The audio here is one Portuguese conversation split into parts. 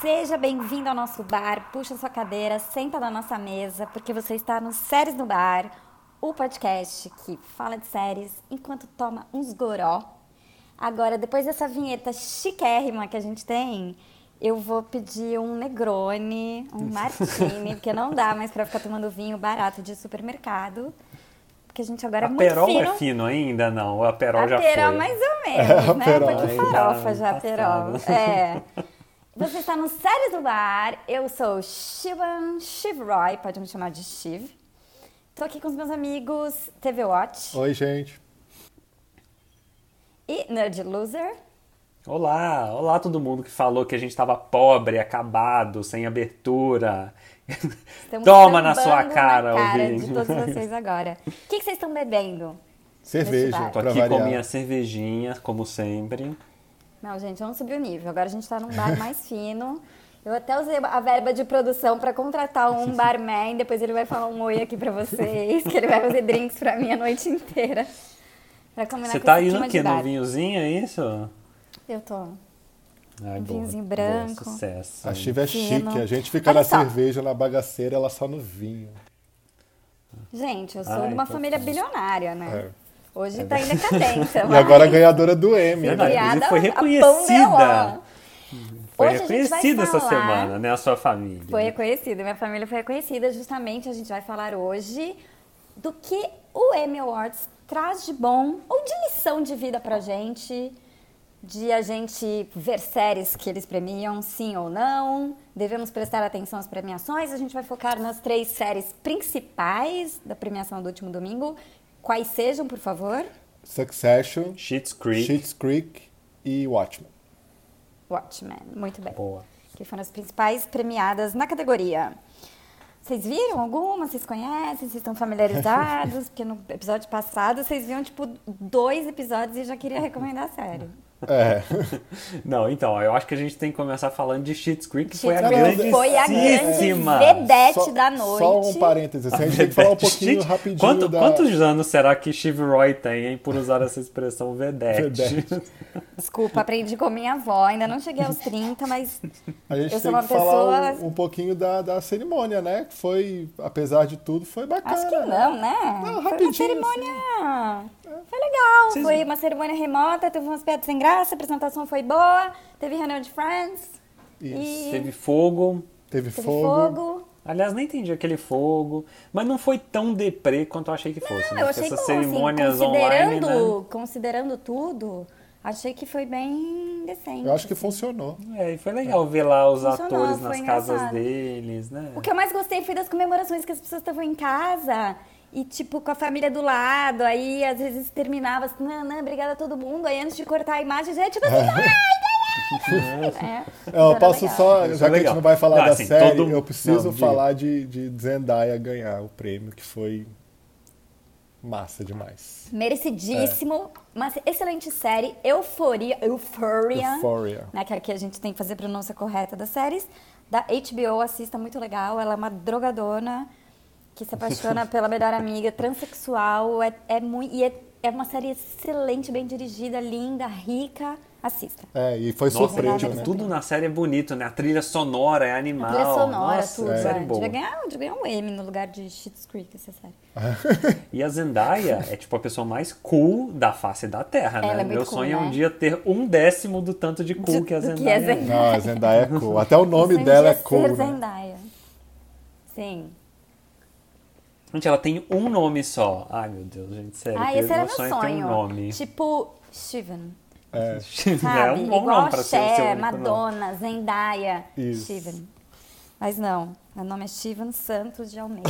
Seja bem-vindo ao nosso bar. Puxa sua cadeira, senta na nossa mesa, porque você está no Séries no Bar, o podcast que fala de séries enquanto toma uns goró. Agora, depois dessa vinheta chiquérrima que a gente tem, eu vou pedir um Negroni, um Martini, porque não dá mais para ficar tomando vinho barato de supermercado. Porque a gente agora é muito Aperol fino. é fino ainda, não. O Aperol, já foi. Aperol, mais ou menos, É, né? Aperol. Um pouquinho Ai, farofa tá já, Aperol. passado. É. Você está no Séries do Bar, eu sou Shivan Shivroy, pode me chamar de Shiv. Tô aqui com os meus amigos TV Watch Oi, gente. e Nerd Loser. Olá, olá todo mundo que falou que a gente tava pobre, acabado, sem abertura. Estamos Toma na sambando sua cara, na cara ouvinte. de todos vocês agora. O que, que vocês estão bebendo? Cerveja, bar. Tô pra aqui com variar. minha cervejinha, como sempre. Não, gente, vamos subir o nível. Agora a gente tá num bar mais fino. Eu até usei a verba de produção pra contratar um barman. Depois ele vai falar um oi aqui pra vocês, que ele vai fazer drinks pra mim a noite inteira. Pra combinar Você com tá esse indo clima o de quê? bar. No vinhozinho, é isso? Ah, Eu tô. boa, vinhozinho boa, branco. sucesso. A Chiva é Fino. chique, a gente fica Olha na só. cerveja, na bagaceira, ela só no vinho. Gente, eu sou Ai, de uma tô família bilionária, né? É. Hoje tá em decadência. E agora a ganhadora do M, Verdade, né? inclusive Obrigada, foi a pão reconhecida. melão. Foi Hoje a gente vai reconhecida essa falar- semana, né? A sua família. Foi reconhecida, minha família foi reconhecida. Justamente a gente vai falar hoje do que o Emmy Awards traz de bom ou de lição de vida pra gente, de a gente ver séries que eles premiam, sim ou não. Devemos prestar atenção às premiações. A gente vai focar nas três séries principais da premiação do último domingo. Quais sejam, por favor? Succession, Schitt's Creek. Schitt's Creek e Watchmen. Watchmen. Muito bem. Boa. que foram as principais premiadas na categoria. Vocês viram alguma? Vocês conhecem? Vocês estão familiarizados? Porque no episódio passado vocês viam, tipo, dois episódios e já queria recomendar a série. É. Não, então, eu acho que a gente tem que começar falando de Schitt's Creek, que foi a Schitt's Creek grande foi a grande vedete da noite. Só um parênteses, a gente tem que falar um pouquinho Gente, rapidinho quanto- da... Quantos anos será que Steve Roy tem, hein, por usar essa expressão vedete? Vedete. Desculpa, aprendi com minha avó, ainda não cheguei aos 30, mas A Eu gente sou tem uma que falar pessoa- um, um pouquinho da, da cerimônia, né? Que foi, apesar de tudo, foi bacana. acho que não, né? Não, foi uma rapidinho, assim. cerimônia. Foi legal, Vocês- foi uma cerimônia remota, teve umas piadas sem graça, a apresentação foi boa, teve reunião de friends. Isso. E Teve fogo. Teve, teve fogo. fogo. Aliás, nem entendi aquele fogo, mas não foi tão deprê quanto eu achei que fosse. Não, né? eu Porque achei essas que cerimônias online, considerando, né? considerando tudo, achei que foi bem decente. Eu acho que funcionou. É, e foi legal ver lá os Funcionou, atores foi nas casas engraçado. deles, né? O que é eu mais gostei foi das comemorações que as pessoas estavam em casa e, tipo, com a família do lado. Aí, às vezes, terminava assim, não, não, obrigada a todo mundo. Aí, antes de cortar a imagem, já é tipo assim, ai, caralho! É, Eu era posso legal. só, Isso já é que a legal. gente não vai falar Não, da assim, série, todo- eu preciso não, diga. falar de, de Zendaya ganhar o prêmio, que foi massa demais. Merecidíssimo, É. mas excelente série. Euforia. Euphoria. Euphoria. Né, que aqui a gente tem que fazer a pronúncia correta das séries. Da HBO, assista, muito legal. Ela é uma drogadona que se apaixona pela melhor amiga, transexual. É, é muito, e é, é uma série excelente, bem dirigida, linda, rica. Assista. É, e foi Nossa, surpresa, tipo, né? tudo na série é bonito, né? A trilha sonora é animal. Trilha sonora, Nossa, tudo. série né? boa. Devia, ganhar, devia ganhar um M no lugar de Schitt's Creek, essa série. E a Zendaya é tipo a pessoa mais cool da face da Terra, Ela né? é muito Meu cool, sonho é né? um dia ter um décimo do tanto de cool De- que a do que Zendaya. a é. Zendaya. Não, a Zendaya é cool. Até o nome Sem dela é ser cool. Né? Zendaya. Sim. Gente, ela tem um nome só. Ai, meu Deus, gente, sério. Ah, que esse era meu meu sonho. sonho. é ter um nome. Tipo, Steven. É. é Sabe? um bom Igual nome pra ser o seu Cher, único nome. Madonna, Zendaya, Isso. Steven. Mas não, meu nome é Steven Santos de Almeida.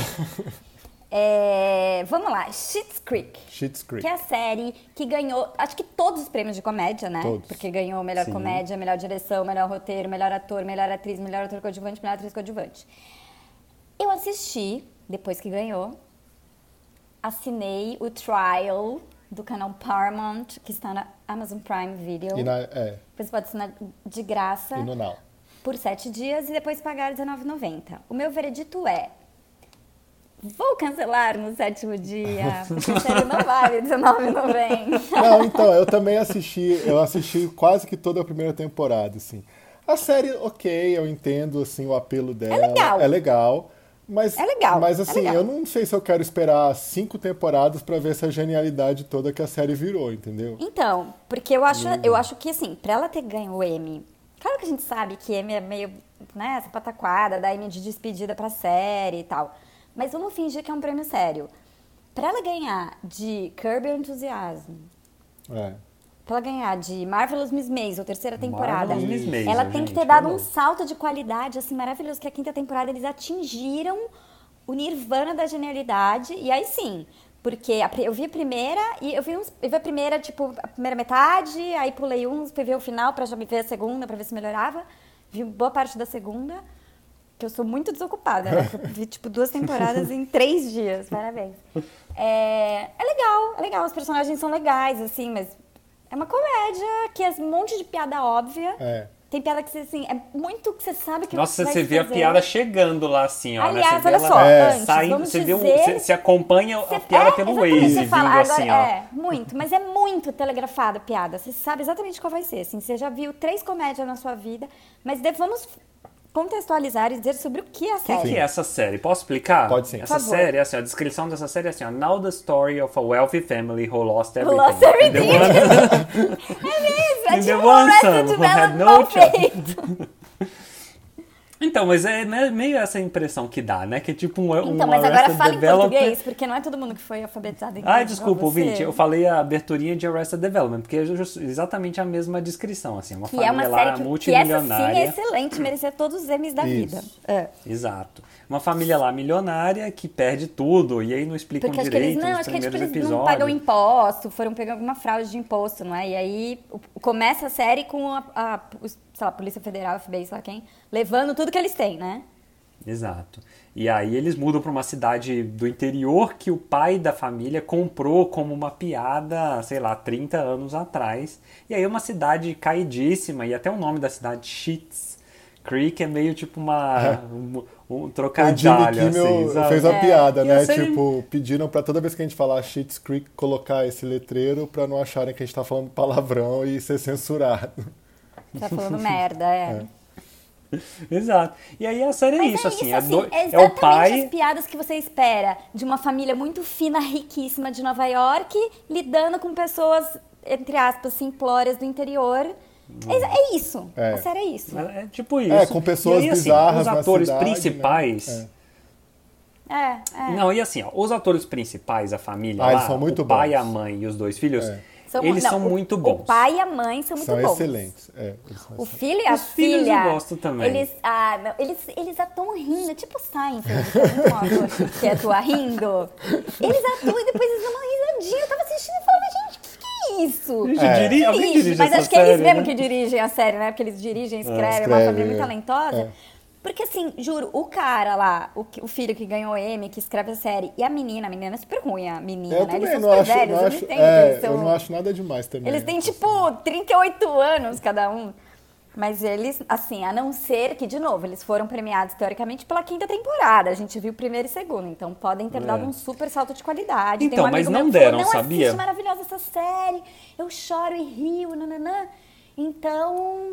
É, vamos lá, Schitt's Creek. Schitt's Creek. Que é a série que ganhou, acho que todos os prêmios de comédia, né? Todos. Porque ganhou melhor Sim. comédia, melhor direção, melhor roteiro, melhor ator, melhor atriz, melhor ator coadjuvante, melhor atriz coadjuvante. Eu assisti, depois que ganhou, assinei o trial do canal Paramount, que está na Amazon Prime Video. E, na, é, Você pode assinar de graça e no Now. por sete dias e depois pagar R$19,90. O meu veredito é... Vou cancelar no sétimo dia, porque a série não vale R$19,90. Não, então, eu também assisti, eu assisti quase que toda a primeira temporada, assim. A série, ok, eu entendo assim o apelo dela. legal. É legal. Mas, É legal, mas é assim, legal. eu não sei se eu quero esperar cinco temporadas pra ver essa genialidade toda que a série virou, entendeu? Então, porque eu acho, eu acho que assim, pra ela ter ganho o Emmy, claro que a gente sabe que Emmy é meio, né, essa pataquada da Emmy de despedida pra série e tal. Mas vamos fingir que é um prêmio sério. Pra ela ganhar de Curb Your Enthusiasm, É. pra ela ganhar de Marvelous Miss Maisel, terceira temporada, Marvelous Miss Maisel, ela tem que ter gente, dado pelo- um salto de qualidade assim maravilhoso que a quinta temporada eles atingiram o nirvana da genialidade e aí sim, porque a pri- eu vi a primeira e eu vi, uns, eu vi a primeira tipo a primeira metade, aí pulei uns, fui ver o final pra já me ver a segunda pra ver se melhorava, vi boa parte da segunda que eu sou muito desocupada, né? Eu vi tipo duas temporadas em três dias, parabéns. É, é legal, é legal, os personagens são legais, assim, mas é uma comédia que é um monte de piada óbvia. É. Tem piada que você, assim, é muito que você sabe que Nossa, vai você vê a fazer. piada chegando lá assim, ó. né? Aliás, Você vê olha ela só, É. antes, saindo, vamos você, vê o- dizer- você, você acompanha Você- a piada é, pelo exatamente, Waze você vindo fala, agora- assim, ó. É, muito, mas é muito telegrafada a piada. Você sabe exatamente qual vai ser. Assim, você já viu três comédias na sua vida, mas de- vamos contextualizar e dizer sobre o que é a O série. que é essa série? Posso explicar? Pode sim. Essa Por favor. série, é assim, ó, a descrição dessa série é assim, ó, Now the story of a wealthy family who lost Who everything. lost everything. In the one- É In de the um one Arrested son who had no Development child. feito. Então, mas é me- meio essa impressão que dá, né? Que é tipo um, um Então, mas agora Arrested fala em Development- português, porque não é todo mundo que foi alfabetizado em Ai, inglês igual desculpa, você. ouvinte, eu falei a aberturinha de Arrested Development, porque é just- exatamente a mesma descrição, assim, uma Que é família uma lá série que, que essa sim multimilionária. é excelente, merecia todos os M's da Isso. vida. É. Exato. Uma família lá milionária que perde tudo, e aí não explicam Porque acho que direito eles não, nos acho que é, primeiros tipo, eles não episódios. pagam imposto, foram pegar alguma fraude de imposto, não é? E aí o- começa a série com a, a os- sei lá, Polícia Federal, FBI, sei lá quem, levando tudo que eles têm, né? Exato. E aí eles mudam pra uma cidade do interior que o pai da família comprou como uma piada, sei lá, 30 anos atrás. E aí é uma cidade caidíssima, e até o nome da cidade, Sheets Creek, é meio tipo uma, um, um O Jimmy trocadilho, Kimmel assim, sabe? fez É, a piada, E né? a assim- série- Tipo, pediram pra toda vez que a gente falar Sheets Creek colocar esse letreiro pra não acharem que a gente tá falando palavrão e ser censurado. Tá falando merda, é. Exato. E aí a série é Mas isso, é assim, isso, é, assim, do- é é o exatamente as pai... piadas que você espera de uma família muito fina, riquíssima de Nova York, lidando com pessoas, entre aspas, simplórias do interior. É, é isso. É. A série é isso. É tipo isso. É, com pessoas e aí, assim, bizarras Os na atores cidade, né? principais... É. É, é. Não, e assim, ó, os atores principais, a família, Ah, lá, eles são muito o pai, bons. a mãe e os dois filhos, É. eles não, são o- muito bons. O pai e a mãe são muito São bons. excelentes. É, eles são O excelentes. filho e a Os filhos filha. eu gosto também. Eles, ah, não, eles, eles atuam rindo, é tipo o Seinfeld, que é muito um ator que atua rindo. Eles atuam e depois eles dão uma risadinha. Eu tava assistindo e falava, gente, o que, que é isso? Gente, É. diri- alguém Dirige, dirige Mas essa acho que é eles série, mesmo né? que dirigem a série, né? Porque eles dirigem, escrevem, é uma escrevem, família é. muito talentosa. É. Porque assim, juro, o cara lá, o, que- o filho que ganhou M, que escreve a série, e a menina, a menina é super ruim, a menina, É, eu né? Eles também são não super acho, velhos, não eu não acho- entendo, é, eles são- eu não acho nada demais também. É, eles têm, tipo, 38 anos cada um. Mas eles, assim, a não ser que, de novo, eles foram premiados teoricamente pela quinta temporada. A gente viu primeiro e segundo, então podem ter É. dado um super salto de qualidade. Tem Então, um amigo mas não meu que falou, deram, não sabia? Assiste, maravilhosa essa série. Eu choro e rio, nananã. Então,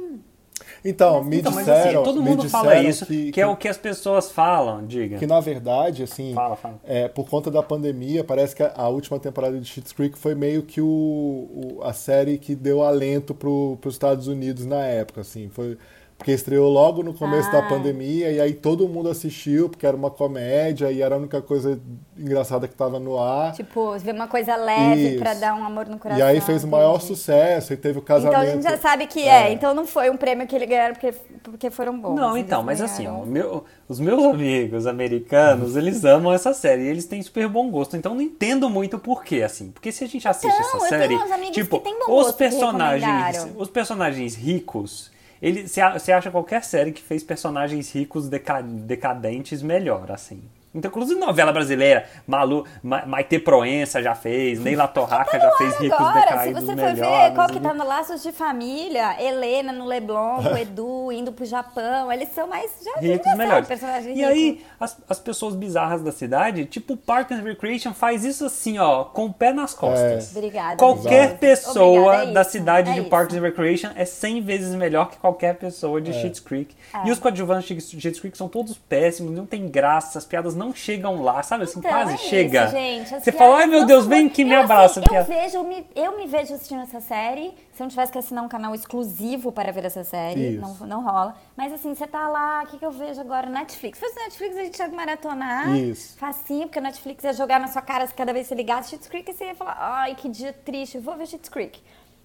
Então, me Então, mas disseram, assim, todo me mundo disseram fala isso, que, que, é o que as pessoas falam, diga. que, na verdade, assim, Fala, fala. é, por conta da pandemia, parece que a, a última temporada de Schitt's Creek foi meio que o, o- a série que deu alento para os Estados Unidos na época, assim, foi porque estreou logo no começo da Ah. pandemia e aí todo mundo assistiu porque era uma comédia e era a única coisa engraçada que estava no ar. tipo, ver uma coisa leve Isso. pra dar um amor no coração. e aí fez o maior entendi. sucesso e teve o Então a casamento. gente já sabe que é. Então não foi um prêmio que ele ganharam porque, porque foram bons. Não, Eles então, mas assim, ganharam. Hum. ó, o meu- os meus amigos americanos, eles amam essa série, e eles têm super bom gosto, então não entendo muito por quê, assim, porque se a gente assiste Então, essa eu tenho série, uns amigos tipo, que têm bom os gosto que personagens, recomendaram. os personagens ricos, ele, você a- você acha qualquer série que fez personagens ricos deca- decadentes melhor, assim. Então, inclusive novela brasileira, Malu, Ma Maite Proença já fez, Neila Torraca já fez Ricos Então, Agora, se Decaídos você for Melhores. ver qual que e- tá no Laços de Família, Helena no Leblon, o Edu indo pro Japão, eles são mais. Já, já ricos são melhores. personagens E aí, as, as pessoas bizarras da cidade, tipo Parks and Recreation, faz isso assim, ó, com o pé nas costas. Obrigada, Qualquer Obrigada. pessoa Obrigada, é da isso, cidade é de isso. Parks and Recreation é 100 vezes melhor que qualquer pessoa de Schitt's Creek. É. E os coadjuvantes de Schitt's Schitt's Creek são todos péssimos, não tem graça, as piadas não chegam lá, sabe? Assim, Então, quase é isso, chega. gente. As Você piadas fala, ai meu não Deus, são vem boas. que me Eu, assim, abraça. Eu, piada. vejo, eu, me, eu me vejo assistindo essa série. Se eu não tivesse que assinar um canal exclusivo para ver essa série, Isso. não, não rola. Mas assim, você tá lá, o que, que eu vejo agora? Netflix. Se fosse Netflix, a gente ia maratonar. Isso. Facinho, porque o Netflix ia jogar na sua cara cada vez que você ligasse Schitt's Creek e você ia falar, ai, que dia triste, vou ver Schitt's Creek.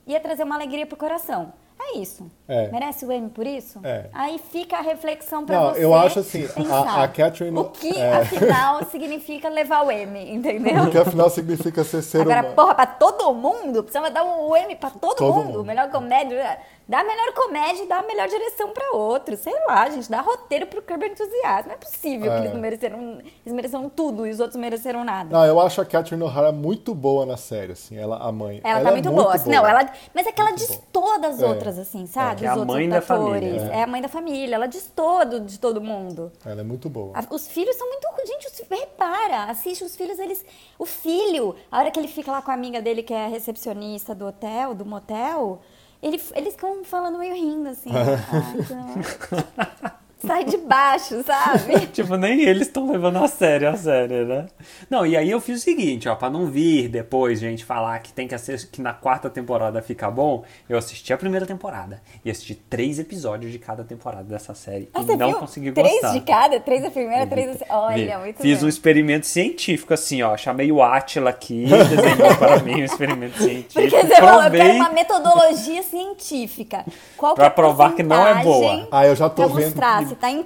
Ia trazer uma alegria pro coração. É isso. É. Merece o M por isso? É. Aí fica a reflexão pra Não, você. eu acho assim, a- pensar a Catherine- O que, é. afinal, significa levar o M, entendeu? Porque afinal significa ser ser Uhum. Agora, humano. porra, pra todo mundo, precisava dar um M pra todo, Todo mundo. mundo. Melhor comédia, dá a melhor comédia e dá a melhor direção pra outro. Sei lá, gente, dá roteiro pro Curb Entusiasmo. Não é possível É. que eles não mereceram, eles mereceram tudo e os outros não mereceram nada. Não, eu acho a Catherine O'Hara muito boa na série, assim, ela, a mãe. Ela, tá é muito, boa. assim, Não, ela, mas é que ela Muito diz boa. todas as É. outras, assim, sabe? Que é a Os outros mãe da atores. família, É a mãe da família. Ela diz todo, de todo mundo. Ela é muito boa. A- Os filhos são muito. Gente, os, repara, assiste os filhos, eles. O filho, a hora que ele fica lá com a amiga dele, que é a recepcionista do hotel, do motel, ele, eles ficam falando meio rindo, assim. "Ah, então, Sai de baixo, sabe? Tipo, nem eles estão levando a sério a série, né? Não, e aí eu fiz o seguinte, ó, pra não vir depois gente falar que tem que assistir, que na quarta temporada fica bom, eu assisti a primeira temporada e assisti três episódios de cada temporada dessa série Mas Ah, e você não viu? consegui três gostar. de cada, três da primeira, Vi, três da. se- vi. Olha, muito Fiz bem. um experimento científico, assim, ó. Chamei o Átila aqui, desenhou para mim um experimento científico. Porque você falou, eu quero provei uma metodologia científica. Qual que Pra é a provar que não é boa. porcentagem Ah, eu já tô pra vendo mostrar que se tá em não é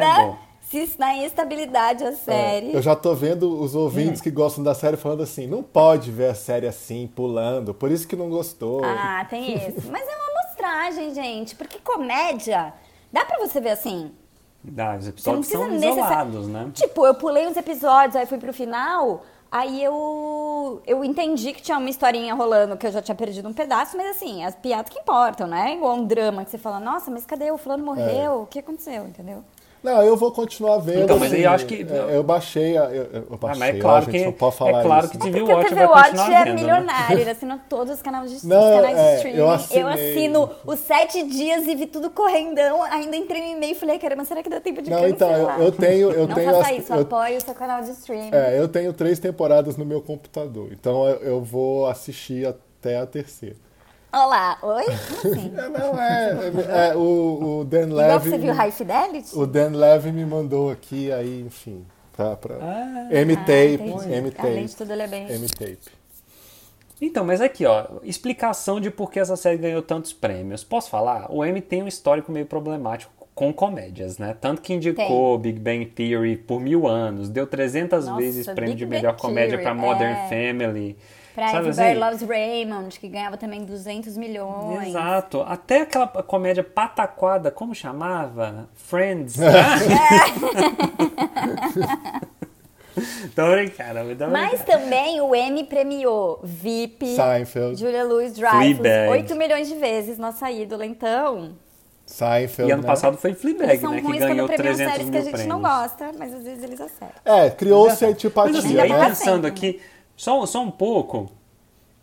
queda, bom. se está em estabilidade a série. é, Hum. Eu já tô vendo os ouvintes que gostam da série falando assim, não pode ver a série assim, pulando, por isso que não gostou. Ah, tem isso. Mas é uma amostragem, gente. Porque comédia, dá pra você ver assim. Ah, os Você não episódios precisa são necessariamente. isolados, né? Tipo, eu pulei uns episódios, aí fui pro final. Aí eu, eu entendi que tinha uma historinha rolando que eu já tinha perdido um pedaço, mas assim, as piadas que importam, né? Igual um drama que você fala, nossa, mas cadê? O fulano É. morreu, o que aconteceu, entendeu? Não, eu vou continuar vendo. Então, mas assim, aí eu acho que- é, Eu baixei. a- Eu, eu Ah, baixei. mas é ó, claro gente, que não pode falar é claro isso. né? que TV Porque o Watch TV vai Watch continuar é vendo, né? milionário, ele assina todos os canais de, os Não, canais de é, eu streaming. assinei. assino os sete dias e vi tudo correndão, ainda entrei no e-mail e falei, caramba, será que dá tempo de Não, então, cancelar? eu, eu tenho. Eu não tenho faça as- isso, eu- apoie o seu canal de streaming. é, eu tenho três temporadas no meu computador, então eu, eu vou assistir até a terceira. Olha lá, oi? Como assim? É, Não, é. é, é, o, o Dan Igual Levy. você viu High Fidelity? O Dan Levy me mandou aqui, aí, enfim. Pra, pra... Ah, M-Tape, entendi. Além de M-Tape, tudo, ele é bem... M-Tape. Então, mas aqui, ó, explicação de por que essa série ganhou tantos prêmios. Posso falar? O M tem um histórico meio problemático com comédias, né? Tanto que indicou Big Bang Theory por mil anos, deu 300 Nossa, vezes prêmio Big de Bang melhor comédia Theory, pra Modern é. Family. Pra sabe Everybody assim? Loves Raymond, que ganhava também 200 milhões. Exato. Até aquela comédia pataquada, como chamava? Friends. Ah! Tô brincando, me dá Mas também o M premiou VIP, Seinfeld. Julia Louis-Dreyfus, Fleabag. 8 milhões de vezes nossa ídola, então... Seinfeld, E ano né? passado foi Fleabag, Eles são né? Que ruins quando ganhou premiam 300 séries que mil a gente não prêmios. gosta, mas às vezes eles acertam. É, criou-se a Mas antipatia, assim, Tinha, aí né? pensando aqui, só, só um pouco.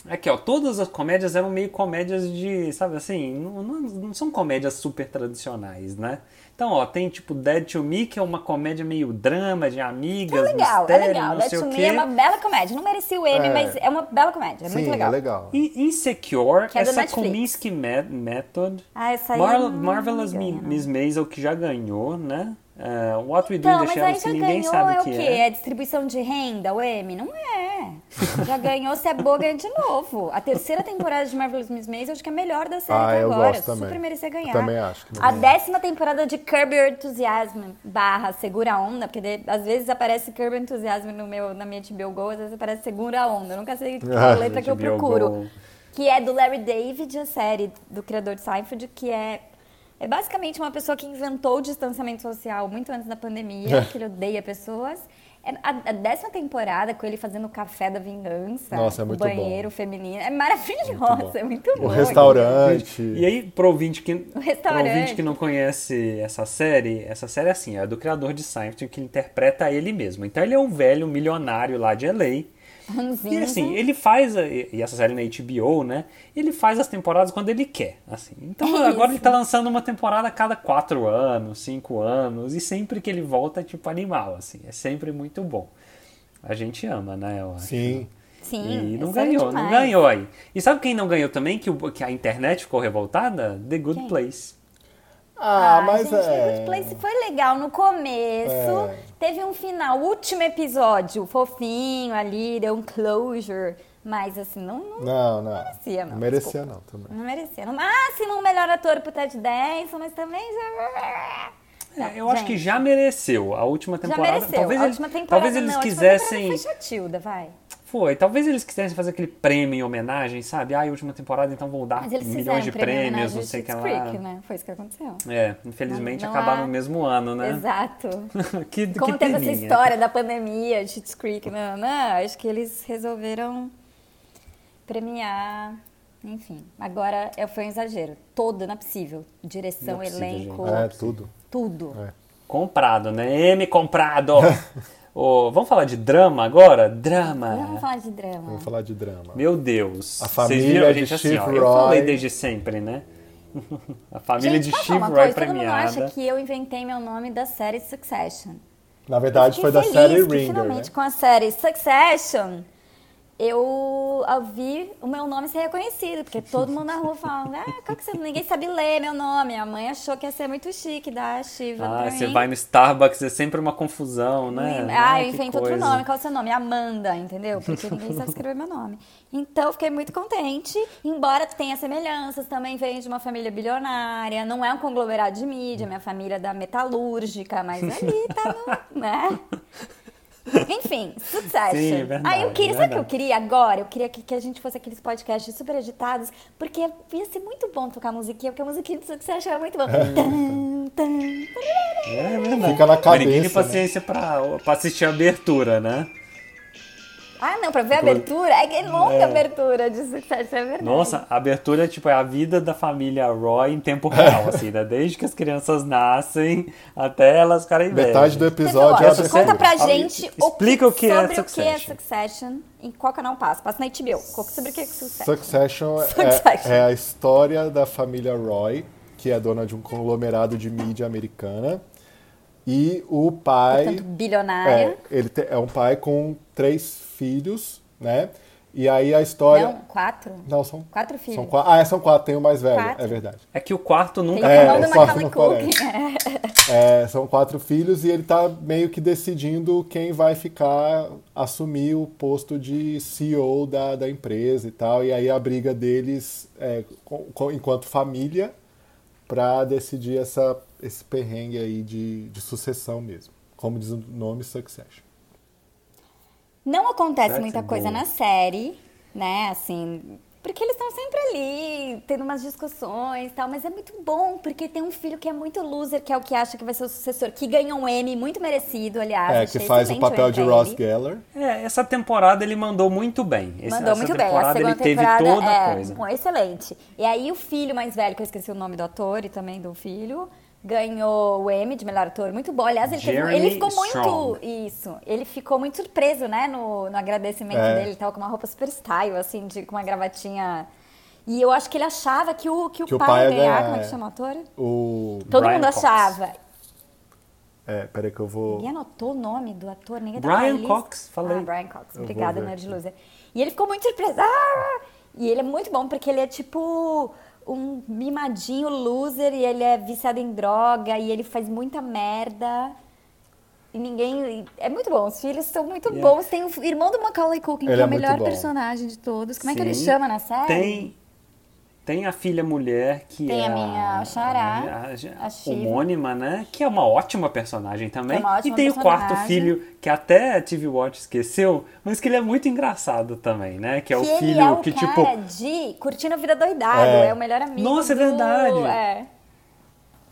Aqui, ó, todas as comédias eram meio comédias de, sabe assim, não, não- não são comédias super tradicionais, né? Então, ó, tem tipo Dead to Me, que é uma comédia meio drama, de amigas, É legal, é mistério, legal. não That sei to o Me quê. é uma bela comédia. Não merecia o M, É. mas é uma bela comédia. É Sim, muito legal. é legal. In- Insecure, Que é do essa Netflix. Kominsky Me- Method, Ah, essa aí Marvel- não Marvelous ganha, Mi- não. Miss Maisel, que já ganhou, né? Eh, What We Do Então, in the mas aí Shadows, que já ninguém ganhou sabe é o o que quê? é. É distribuição de renda, o M? Não é. Já ganhou, se é boa, ganha de novo. A terceira temporada de Marvelous Miss Maisel, acho que é a melhor da série Ah, até eu agora. gosto também. Super merecia ganhar. Também acho que A merecia. décima temporada de Curb Your Enthusiasm barra Segura a Onda, porque de- às vezes aparece Curb Your Enthusiasm no meu, na minha HBO Go, às vezes aparece Segura a Onda. Eu nunca sei Ah, qual letra que eu HBO Go. procuro. Que é do Larry David, a série do criador de Seinfeld, que é É basicamente uma pessoa que inventou o distanciamento social muito antes da É. pandemia, que ele odeia pessoas. É A, a décima temporada, com ele fazendo o café da vingança, Nossa, é muito o banheiro feminino, é maravilhosa, é muito O bom. restaurante. E aí, pro ouvinte que, pro restaurante. ouvinte que não conhece essa série, essa série é assim, é do criador de Seinfeld, que interpreta ele mesmo. Então ele é um velho milionário lá de LA. E Ranzinza. assim, ele faz, a- e essa série na HBO, né? Ele faz as temporadas quando ele quer, assim. Então É agora isso. ele tá lançando uma temporada a cada quatro anos, cinco anos, e sempre que ele volta é tipo animal, assim. É sempre muito bom. A gente ama, né? Eu acho. Sim. Sim, E não é sério ganhou, não demais. ganhou aí. E sabe quem não ganhou também, que, o- que a internet ficou revoltada? The Good Quem? Place. Ah, mas gente, The é. Good Place foi legal no começo. É. Teve um final, último episódio, fofinho ali, deu um closure. Mas assim, não, não Não, não. merecia, não, merecia, não, também. Não merecia. No máximo, um melhor ator pro Ted Danson, mas também já... É, eu Não, acho que gente, já mereceu a última temporada. Já mereceu. Talvez, a eles- última temporada talvez eles não, a última quisessem. temporada Foi chatilda, vai. Foi, talvez eles quisessem fazer aquele prêmio em homenagem, sabe? Ah, última temporada, então vão dar Mas eles milhões fizeram de um prêmio em prêmios, homenagem não ao sei o que Schitt's lá. Creek, né? Foi isso que aconteceu. É, infelizmente Não- não acabaram há- no mesmo ano, né? Exato. que, né? que Como teve essa peninha. história da pandemia, Schitt's Creek, não, não, acho que eles resolveram premiar, enfim. Agora é- foi um exagero, todo, não é possível. Direção, Não é possível, elenco, gente. É, tudo. tudo. É. Comprado, né? M comprado! Ô, vamos falar de drama agora? Drama! Não vamos falar de drama. Vamos falar de drama. Meu Deus. A Vocês família viram a de gente assim, Chief ó. Eu Roy. falei desde sempre, né? a família Gente, de posso Steve falar uma Roy coisa? Todo mundo premiada. acha que eu inventei meu nome da série Succession. Na verdade, Fiquei foi da feliz série que, Ringer, né? Finalmente, com a série Succession, eu ouvi o meu nome ser reconhecido, porque todo mundo na rua falando, ah, qual que você... ninguém sabe ler meu nome. A mãe achou que ia ser muito chique, da Shiva. Ah, pra você mim. vai no Starbucks, é sempre uma confusão, né? Ah, Ai, eu que invento outro coisa. nome. Qual é o seu nome? Amanda, entendeu? Porque ninguém sabe escrever meu nome. Então, eu fiquei muito contente. Embora tenha semelhanças, também venho de uma família bilionária. Não é um conglomerado de mídia. Minha família é da metalúrgica. Mas ali tá no... né? Enfim, sucesso. Sim, é verdade, Aí eu queria, é sabe o que eu verdade. queria agora? Eu queria que, que a gente fosse aqueles podcasts super editados, porque ia ser muito bom tocar musiquinha, porque a musiquinha do sucesso era muito bom. Tan, tan, É verdade. Fica na Mas Ninguém cabeça, tem né? paciência pra, pra assistir a abertura, né? Ah, não, pra ver a Quando- abertura. É que é longa a abertura de sucesso, é verdade. Nossa, a abertura tipo, é a vida da família Roy em tempo real, assim, né? Desde que as crianças nascem até elas ficarem velhas. Metade do Pessoal, episódio é a essa abertura. conta pra série- gente Ah, Explica o que é sobre o que é Succession. Succession, em qual canal passa. Passa na HBO. Co- Sobre o que é Succession. Succession, é- Succession. É, a história da família Roy, que é dona de um conglomerado de mídia americana. E o pai. Portanto, é, bilionária. ele te- é um pai com três filhos, né? E aí a história. Não, quatro. Não, são. Quatro filhos. é, São quatro. Ah, é, são quatro, tem o mais velho, Quatro. é verdade. É que o quarto Tem nunca o É, irmão do só que Macaulay não Culkin. É. É, são quatro filhos e ele tá meio que decidindo quem vai ficar, assumir o posto de CEO da, da empresa e tal. E aí a briga deles, é, com- com- enquanto família, pra decidir essa, esse perrengue aí de, de sucessão mesmo. Como diz o nome, Succession. Não acontece Será que muita é coisa boa? na série, né? Assim, porque eles estão sempre ali, tendo umas discussões e tal, mas é muito bom, porque tem um filho que é muito loser, que é o que acha que vai ser o sucessor, que ganha um M muito merecido, aliás. É, Ah, achei que faz o excelente papel M de pra Ross ele. Geller. É, essa temporada ele mandou muito bem. Esse- Mandou essa muito bem. A temporada segunda ele teve temporada toda a é coisa. bom, excelente. E aí o filho mais velho, que eu esqueci o nome do ator e também do filho, ganhou o Emmy de melhor ator. Muito bom. Aliás, ele, teve- Jeremy ele ficou muito Strong. isso. Ele ficou muito surpreso, né, no, no agradecimento É. dele, ele tava com uma roupa super style, assim, de com uma gravatinha. E eu acho que ele achava que o que o, pai, ia ganhar, como é que é. chama o ator? O. Todo Brian mundo Cox. achava. É, peraí que eu vou. Ninguém anotou o nome do ator, ninguém tá Brian na lista. Cox, falei. Ah, Brian Cox, Eu obrigada, vou ver Nerd aqui. Loser. E ele ficou muito surpreso. Ah! E ele é muito bom, porque ele é tipo um mimadinho loser, e ele é viciado em droga, e ele faz muita merda. E ninguém. É muito bom, os filhos são muito Yeah. bons. Tem o irmão do Macaulay Culkin, Ele que é é o muito melhor bom. personagem de todos. Como é que ele Sim. chama na série? Tem, tem a filha mulher, que Tem é a minha xará, a- a- a Shiva. homônima, né? Que é uma ótima personagem também. É uma ótima e tem o quarto personagem. filho, que até a TV Watch esqueceu, mas que ele é muito engraçado também, né? Que é o que filho ele é o que, cara tipo, de Curtindo a Vida Doidado, é, É. o melhor amigo. Nossa, é do- verdade. É.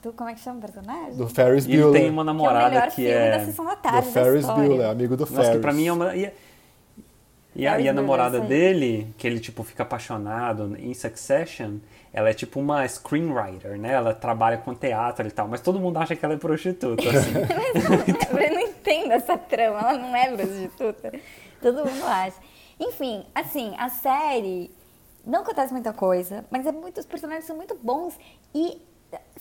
do. Como é que chama o personagem? Do Ferris E ele Bueller. tem que é uma o namorada melhor que filme é. da sessão da Do tarde. da Ferris história. Bueller, amigo do Nossa, que Ferris. pra mim é uma. E, e a, Ferris é e a Bueller, namorada isso aí. dele, que ele tipo fica apaixonado em Succession, ela é tipo uma screenwriter, né? Ela trabalha com teatro e tal, mas todo mundo acha que ela é prostituta, assim. Eu não entendo essa trama, ela não é prostituta. Todo mundo acha. Enfim, assim, a série não acontece muita coisa, mas é muito, os personagens são muito bons e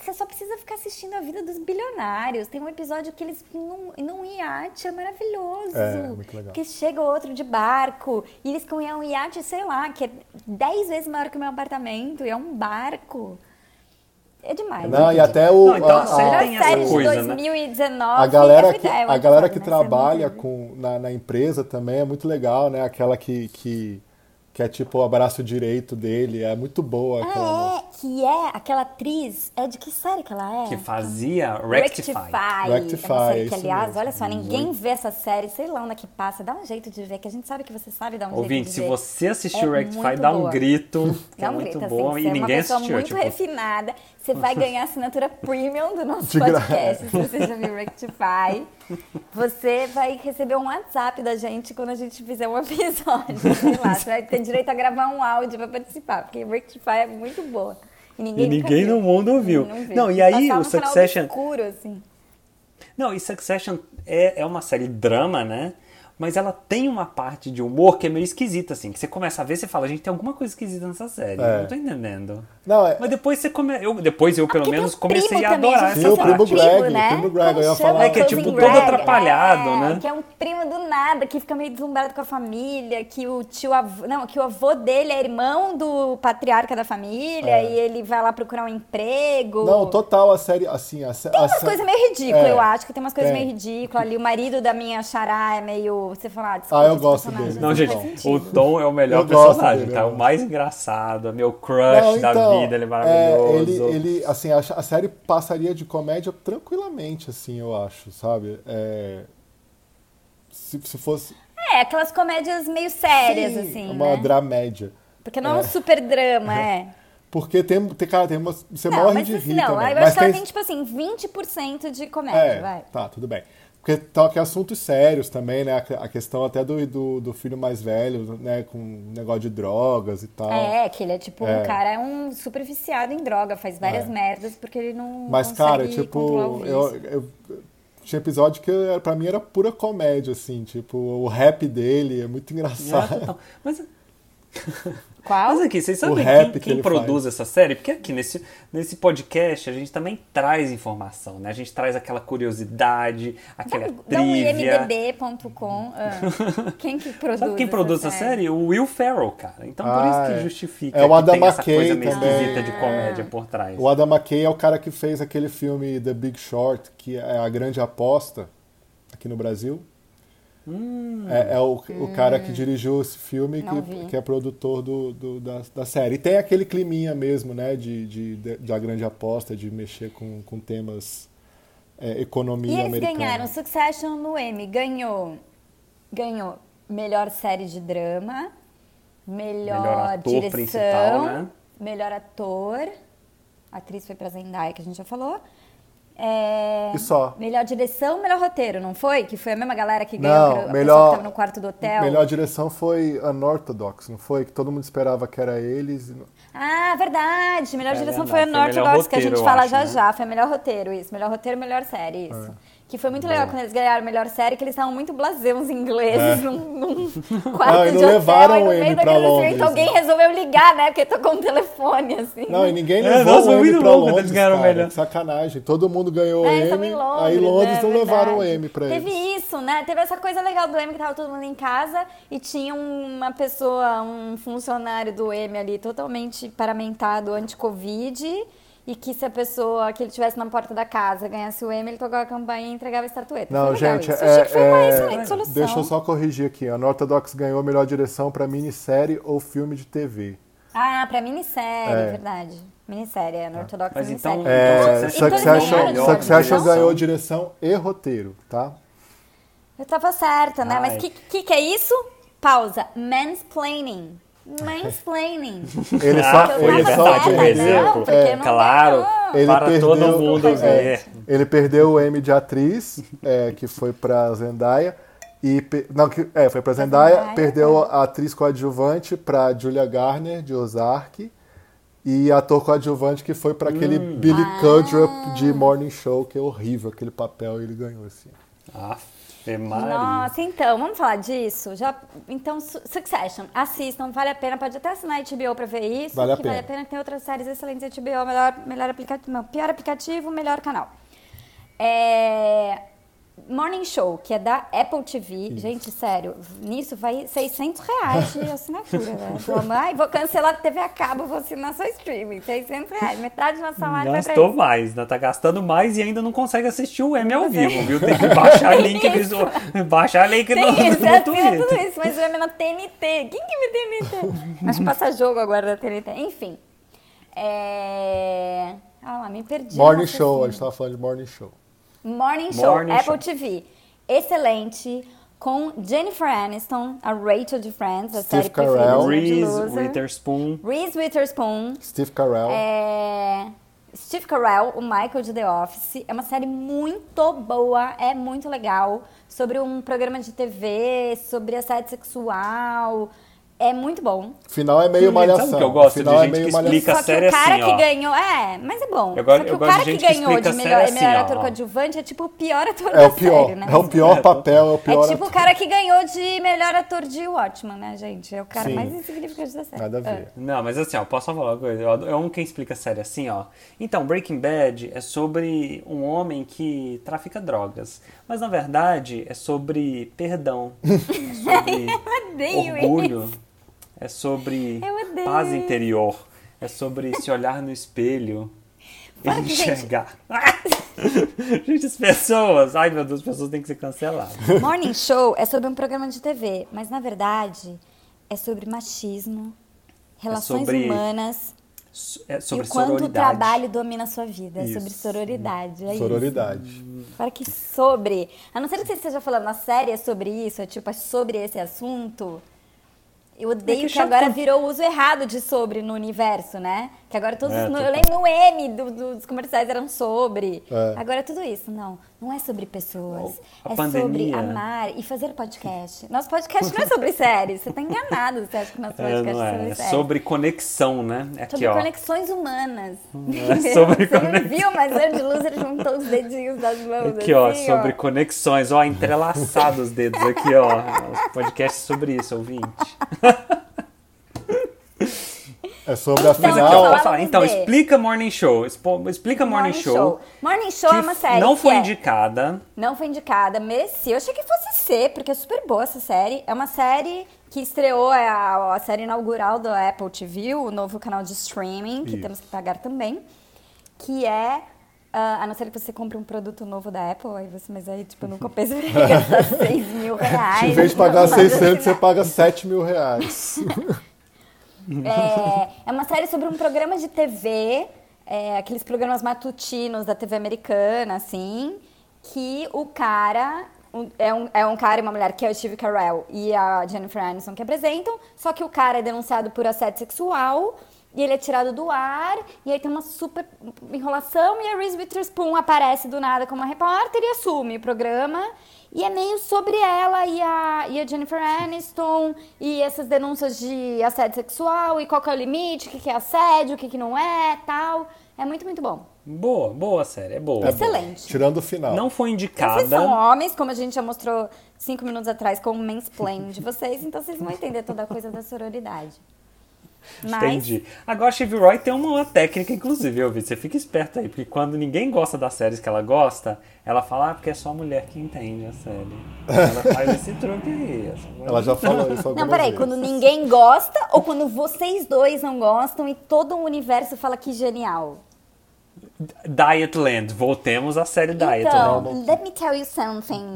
você só precisa ficar assistindo a vida dos bilionários. Tem um episódio que eles num, num iate, é maravilhoso. É, muito legal. Que chega outro de barco e eles com um iate, sei lá, que é 10 vezes maior que o meu apartamento e é um barco. É demais. Não, e até o. Não, então a- a a- série tem Melhor essa série coisa, de né? 2019. a galera é que, verdade, a galera que né? Isso é muito trabalha legal. com, na, na empresa também é muito legal, né? Aquela que, que, que é tipo o abraço direito dele, é muito boa. aquela- Ah, é, que é aquela atriz. É de que série que ela é? que fazia Rectify. Rectify. É Rectify, uma série que, isso aliás, mesmo. olha só, ninguém vê essa série, sei lá onde é que passa. Dá um jeito de ver, que a gente sabe que você sabe dar um Ouvinte, jeito se de ver. você assistiu É Rectify, muito dá um boa. grito, que Dá é um muito grito, assim, bom, você e é uma ninguém pessoa assistiu, muito tipo. refinada. Você vai ganhar assinatura premium do nosso De graça. podcast, se você já viu Rectify. Você vai receber um WhatsApp da gente quando a gente fizer um episódio, sei lá. Você vai ter direito a gravar um áudio pra participar, porque Rectify é muito boa. E ninguém, E nunca ninguém viu. no mundo ouviu. Não, viu. Não, e aí Passava o no canal Succession, Obscuro, assim. Não, e Succession é, é uma série drama, né? Mas ela tem uma parte de humor que é meio esquisita, assim. Que você começa a ver e você fala, gente, tem alguma coisa esquisita nessa série. É. Não tô entendendo. Não, é- Mas depois você come... eu Depois eu, pelo Ah, Porque tem menos, o comecei primo a também, adorar gente, Sim, essa esse o primo parte. primo, Greg, né? o primo Greg, Como eu ia chama? falar. É que é Cousin tipo Greg. todo atrapalhado, né? Que é um primo do nada, que fica meio deslumbrado com a família, que o tio avô, não, que o avô dele é irmão do patriarca da família É. e ele vai lá procurar um emprego. Não, total, a série, assim, a, sé- Tem a umas sé- coisas meio ridículas, É. eu acho que tem umas coisas Tem. meio ridículas ali. O marido da minha xará é meio. Você fala, ah, desculpa, Ah, eu esse gosto personagem, dele. Não, mas gente, faz sentido. o Tom é o melhor Eu gosto personagem, dele, tá? O eu gosto. mais engraçado, é meu crush Não, da então, vida, ele é é, maravilhoso. ele, ele, assim, a, a série passaria de comédia tranquilamente, assim, eu acho, sabe? É, se, se fosse. É, aquelas comédias meio sérias, Sim, assim. Uma né? dramédia. Porque não é um super drama, é. Porque tem, tem, cara, tem umas. Você Não, morre mas de assim, rir não. também. Eu Mas acho que ela tem- tem, tipo assim, 20% de comédia, É, vai. tá, tudo bem. Porque toca em assuntos sérios também, né? A- A questão até do, do, do filho mais velho, né? Com negócio de drogas e tal. É, que ele é tipo É. um cara, é um super viciado em droga, faz várias merdas porque ele não Mas, consegue cara, controlar o tipo, vício. eu, eu- tinha episódio que eu- pra mim era pura comédia, assim, tipo, o rap dele é muito É, engraçado. total. Mas Ah, Qual? Mas é aqui, vocês sabem rap quem, que quem ele produz essa série? Porque aqui nesse, nesse podcast a gente também traz informação, né? A gente traz aquela curiosidade, aquela Dá um é trivia. imdb.com. ah, quem que produz? Sabe quem essa produz essa série? O Will Ferrell, cara. Então por Ah, isso que é. justifica É o que tem Adam essa coisa McKay meio também. esquisita de Ah. comédia por trás. O Adam McKay é o cara que fez aquele filme The Big Short, que é a grande aposta aqui no Brasil. É, é o, o cara que dirigiu esse filme, Hum, Não vi. que, que é produtor do, do- da, da série. E tem aquele climinha mesmo, né, de, de, de- da grande aposta, de mexer com, com temas é, economia E eles americana. ganharam Succession no Emmy. Ganhou, ganhou melhor série de drama, melhor, Melhor ator direção, principal, né? melhor ator. A atriz foi pra Zendaya, que a gente já falou. É, E só. Melhor direção, melhor roteiro, não foi? Que foi a mesma galera que ganhou Não, que era a melhor- pessoa que tava no quarto do hotel. Melhor direção foi Unorthodox, não foi? Que todo mundo esperava que era eles. Ah, verdade. Melhor direção verdade. foi a Foi melhor Norte Dogs, que a roteiro, gente eu fala acho, já né? já. Foi melhor roteiro, isso. Melhor roteiro, melhor série, isso. É. Que foi muito legal quando eles ganharam melhor série, que eles estavam muito blasé, uns ingleses, num, num quarto É. Não, e de não hotel. levaram e no ele meio pra daquele Londres, evento, alguém resolveu ligar, né? Porque tocou um telefone, assim. Não, e ninguém É, levou nossa, foi o M muito pra louco, Londres, eles ganharam cara. melhor. Sacanagem. Todo mundo ganhou É, o eles M, tavam em Londres, aí Londres né, não verdade. levaram o M pra Teve eles. isso, né? Teve essa coisa legal do M que tava todo mundo em casa e tinha uma pessoa, um funcionário do M ali totalmente paramentado anti-Covid. E que se a pessoa que ele tivesse na porta da casa ganhasse o M, ele tocava a campainha e entregava a estatueta. Não, foi legal gente, isso. é, Achei que foi uma é, excelente solução. Deixa eu só corrigir aqui. A Unorthodox ganhou a melhor direção pra minissérie ou filme de TV. Ah, pra minissérie, É. verdade. Minissérie, é, no ortodoxo Mas então- minissérie. É, Então, eles ganharam Succession, melhor Succession direção? ganhou direção e roteiro, tá? Eu tava certa, né? Ai. Mas o que, que, que é isso? Pausa. Mansplaining. mansplaining. Ele só, Porque eu ele tava só certa, perdeu. né? não, porque é, não um Claro, ganhou. Ele para perdeu- todo mundo é, ver. ele perdeu o M de atriz, é, que foi pra Zendaya. E, pe- não, que, é, foi pra Zendaya, Zendaya, é. perdeu a atriz coadjuvante pra Julia Garner, de Ozark. E ator coadjuvante que foi pra aquele Hum. Billy Ah. Cudrup de Morning Show, que é horrível aquele papel, ele ganhou assim. Ave Maria. Nossa, então, vamos falar disso? Já, então, Su- Succession, assistam, vale a pena, pode até assinar a HBO pra ver isso. Vale a que pena. Vale a pena, que tem outras séries excelentes da HBO, melhor, melhor aplicativo, não, pior aplicativo, melhor canal. É, Morning Show, que é da Apple TV, gente, sério, nisso vai 600 reais de assinatura, velho. Tô, Mãe, vou cancelar a TV a cabo, vou assinar só streaming, 600 reais, metade do nosso salário vai pra Gastou isso. mais, né? Tá gastando mais e ainda não consegue assistir o M é ao vivo, viu? Tem que baixar link visual. Baixar link no, Tem isso, no é, Twitter. é tudo isso, mas eu ia na TNT. Quem que me TNT? Acho que passa jogo agora da TNT. Enfim. É... Ah lá, me perdi. Morning no Show, a raciocínio. gente tava falando de Morning Show. Morning Show, Morning Apple Show. TV. Excelente. Com Jennifer Aniston, a Rachel de Friends, a Steve série preferida Carell. do Reed Reese Loser. Witherspoon. Reese Witherspoon. Steve Carell. É... Steve Carell, o Michael de The Office, é uma série muito boa, é muito legal, sobre um programa de TV, sobre assédio sexual, é muito bom. Final é meio Sabe malhação. que eu gosto de Final gente é meio que malhação. explica- Só que série o cara assim, que ó. ganho, é, mas é bom. Eu gosto- Só que eu o gosto de cara que gente que ganhou de explica a melhor, série melhor assim, ó, ator ó. coadjuvante é tipo o pior ator É da o pior, série, né? é o pior papel, é o pior É tipo o ator. cara que ganhou de melhor ator de Watchmen, né, gente? É o cara Sim. mais insignificante da série. Nada a Ah. ver. Não, mas assim, ó, posso só falar uma coisa? Eu adoro- É um quem explica sério assim, ó. Então, Breaking Bad é sobre um homem que trafica drogas. Mas na verdade é sobre perdão. É sobre Odeio orgulho. É sobre Eu odeio paz isso. interior. É sobre se olhar no espelho. E Fala que, gente- enxergar. Gente... as pessoas. Ai, meu Deus, as pessoas têm que ser canceladas. Morning Show é sobre um programa de TV, mas na verdade é sobre machismo, relações É sobre humanas So- É e sobre o quanto o sororidade. trabalho domina a sua vida. É sobre Isso. sororidade. É Sororidade. isso. Fora que sobre. A não ser que você esteja falando na série é sobre isso, é tipo, é sobre esse assunto. Eu odeio É que que, chato. agora virou o uso errado de sobre no universo, né? Que agora todos. É, os- total. eu lembro o M do- dos comerciais eram sobre. É. Agora é tudo isso. Não, não é sobre pessoas. A é sobre pandemia. amar e fazer podcast. Nosso podcast não é sobre séries. Você tá enganado se acha que nosso É, podcast não é, é. é sobre séries. sobre conexão, né? É Aqui, Sobre ó. conexões humanas. É sobre Você não conexão. viu, mas Andy Loser juntou os dedinhos das mãos. Aqui, ó, assim, sobre conexões, ó, entrelaçado os dedos aqui, ó. Os podcasts sobre isso, ouvinte. É sobre a Então, Mas aqui, eu vou ó, final. vou falar. vamos Então, ver. explica Morning Show. expo- Explica Morning, Show. Morning Show é que uma série. Não que foi é- indicada. Não foi indicada, merecia. Eu achei que fosse ser, porque é super boa essa série. É uma série que estreou é a, a série inaugural do Apple TV, o novo canal de streaming, que Isso. temos que pagar também. Que é. ah, a não ser que você compre um produto novo da Apple, aí você, mas aí, tipo, eu não compensa pra gastar 6 mil reais. Em vez de pagar Não, mas 600, assim, você paga 7 mil reais. É, é uma série sobre um programa de TV, é, aqueles programas matutinos da TV americana, assim, que o cara. um- É um, é um cara e uma mulher que é o Steve Carell e a Jennifer Aniston que apresentam, só que o cara é denunciado por assédio sexual e ele é tirado do ar e aí tem uma super enrolação e a Reese Witherspoon aparece do nada como uma repórter e assume o programa e é meio sobre ela e a, e a Jennifer Aniston e essas denúncias de assédio sexual e qual que é o limite, o que, que é assédio, o que, que não é, tal. É muito, muito bom. Boa, boa série, é boa. É bom. Excelente. Tirando o final. Não foi Então, Vocês são indicada. homens, como a gente já mostrou cinco minutos atrás com o mansplain de vocês, então vocês vão entender toda a coisa da sororidade. Mas, Entendi. Agora a Stevie Roy tem uma, uma técnica, inclusive, eu vi. Você fica esperto aí, porque quando ninguém gosta das séries que ela gosta, ela fala, ah, porque é só a mulher que entende a série. Ela faz esse truque aí. essa mulher Ela já falou isso Não, algumas peraí, vezes. quando ninguém gosta ou quando vocês dois não gostam e todo o universo fala que genial? Dietland, voltemos à série Então, Dietland. let me tell you something.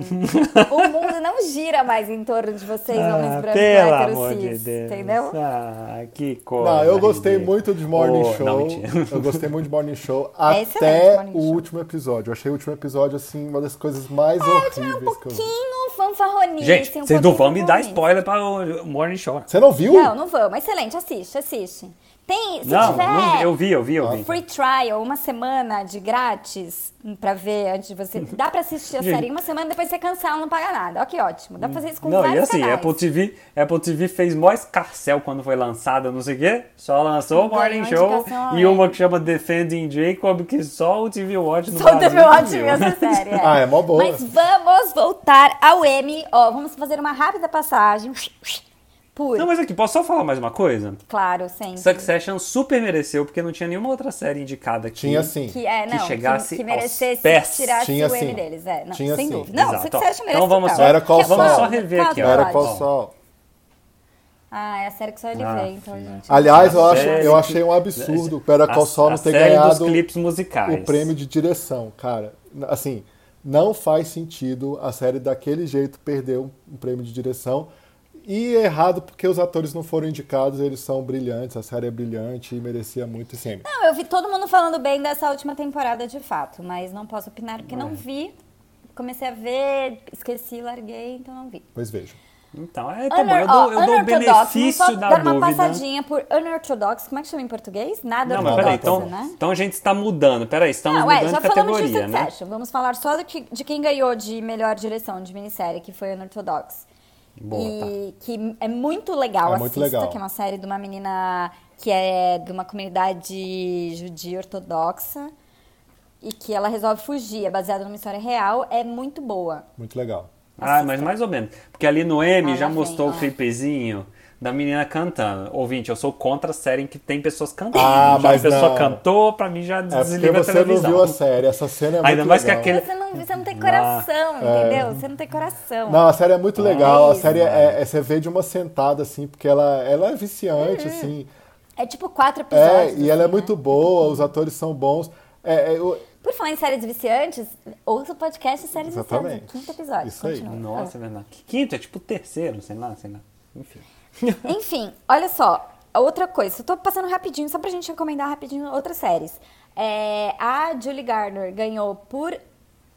o mundo não gira mais em torno de vocês, homens brancos heterocis, entendeu? Ah, que coisa. Não, eu gostei ridícula. muito de Morning Oh, Show. Não, mentira. eu gostei muito de Morning Show É excelente até Morning o Show. último episódio. Eu achei o último episódio, assim, uma das coisas mais É, o último é horríveis um que eu vi. pouquinho, vamos um farroninho. Gente, assim, um vocês não pouquinho vão me dar farroninho. spoiler para o Morning Show. né? Você não viu? Não, não vamos. Excelente, assiste, assiste. Tem, se Não, tiver não, eu vi, eu vi, eu vi. free trial, uma semana de grátis pra ver antes de você. Dá pra assistir a Gente. série em uma semana, depois você cancela, não paga nada. Ó, que ótimo. Dá pra fazer isso com Não, e vários assim, canais. Apple TV, Apple TV fez mó escarcel quando foi lançada, não sei o quê, só lançou o Ganhou Morning Show indicação, e é. uma que chama Defending Jacob, que só o TV Watch no Só Brasil teve ótimo viu. essa série. É. Ah, é mó boa. Mas vamos voltar ao M. Ó, vamos fazer uma rápida passagem. Por, Não, mas aqui, posso só falar mais uma coisa? claro, sempre. Succession super mereceu, porque não tinha nenhuma outra série indicada aqui. Tinha sim. Que, é, que não, que, chegasse que aos merecesse pés. tirasse Tinha o M sim. deles. É, não, Tinha sem sim. dúvida. Não, Exato, ó. Succession merece Então vamos total. só- Era Call Que é Saul. bom, Só rever quase aqui, ó. Era pode. qual sol. Ah, é a série que só ele Ah, vê, então, gente. Aliás, eu, A acho, série eu que- achei um absurdo o Better Call A- Saul a não ter série ganhado dos clipes o musicais. prêmio de direção, cara. Assim, não faz sentido a série daquele jeito perder um, um prêmio de direção. E é errado porque os atores não foram indicados, eles são brilhantes, a série é brilhante e merecia muito esse Emmy. Não, eu vi todo mundo falando bem dessa última temporada de fato, mas não posso opinar porque não vi. Comecei a ver, esqueci, larguei, então não vi. Pois vejo. Então, é, tá bom, ó, eu dou, eu dou o unorthodox, benefício vamos só da dar uma dúvida. passadinha por unorthodox, como é que chama em português? Nada Não, mas peraí, ortodoxo, então, né? então a gente está mudando. Peraí, estamos Não, é, mudando já de falamos de categoria, né? Succession. Vamos falar só do que- de quem ganhou de melhor direção de minissérie, que foi Unorthodox. Boa, tá. e que é muito legal, É muito assista, legal. que é uma série de uma menina que é de uma comunidade judia ortodoxa e que ela resolve fugir, é baseada numa história real, é muito boa. Muito legal. Ah, mas mais ou menos. Porque ali no M Ah, já lá mostrou vem, o ó. clipezinho da menina cantando. Ouvinte, eu sou contra a série em que tem pessoas cantando. já Ah, mas a pessoa não. cantou, pra mim já É porque desliga a você não televisão. viu a série, essa cena é muito Ainda mais que legal. aquele- Você não, você não tem coração, entendeu? Você não tem coração. Ah, é. Não, a série é muito legal. A isso. série é, é- você vê de uma sentada, assim, porque ela, ela é viciante, assim. É tipo quatro É, episódios. e ela é assim, né? muito boa, os atores são bons. É, é, eu- Por falar em séries viciantes, ouça o podcast é Séries Exatamente. Viciantes, quinto episódio. Isso aí. Continua. Nossa, é verdade. Quinto é tipo o terceiro, sei lá, sei lá. Enfim. Enfim, olha só. Outra coisa, eu tô passando rapidinho, só pra gente recomendar rapidinho outras séries. É, a Julie Garner ganhou por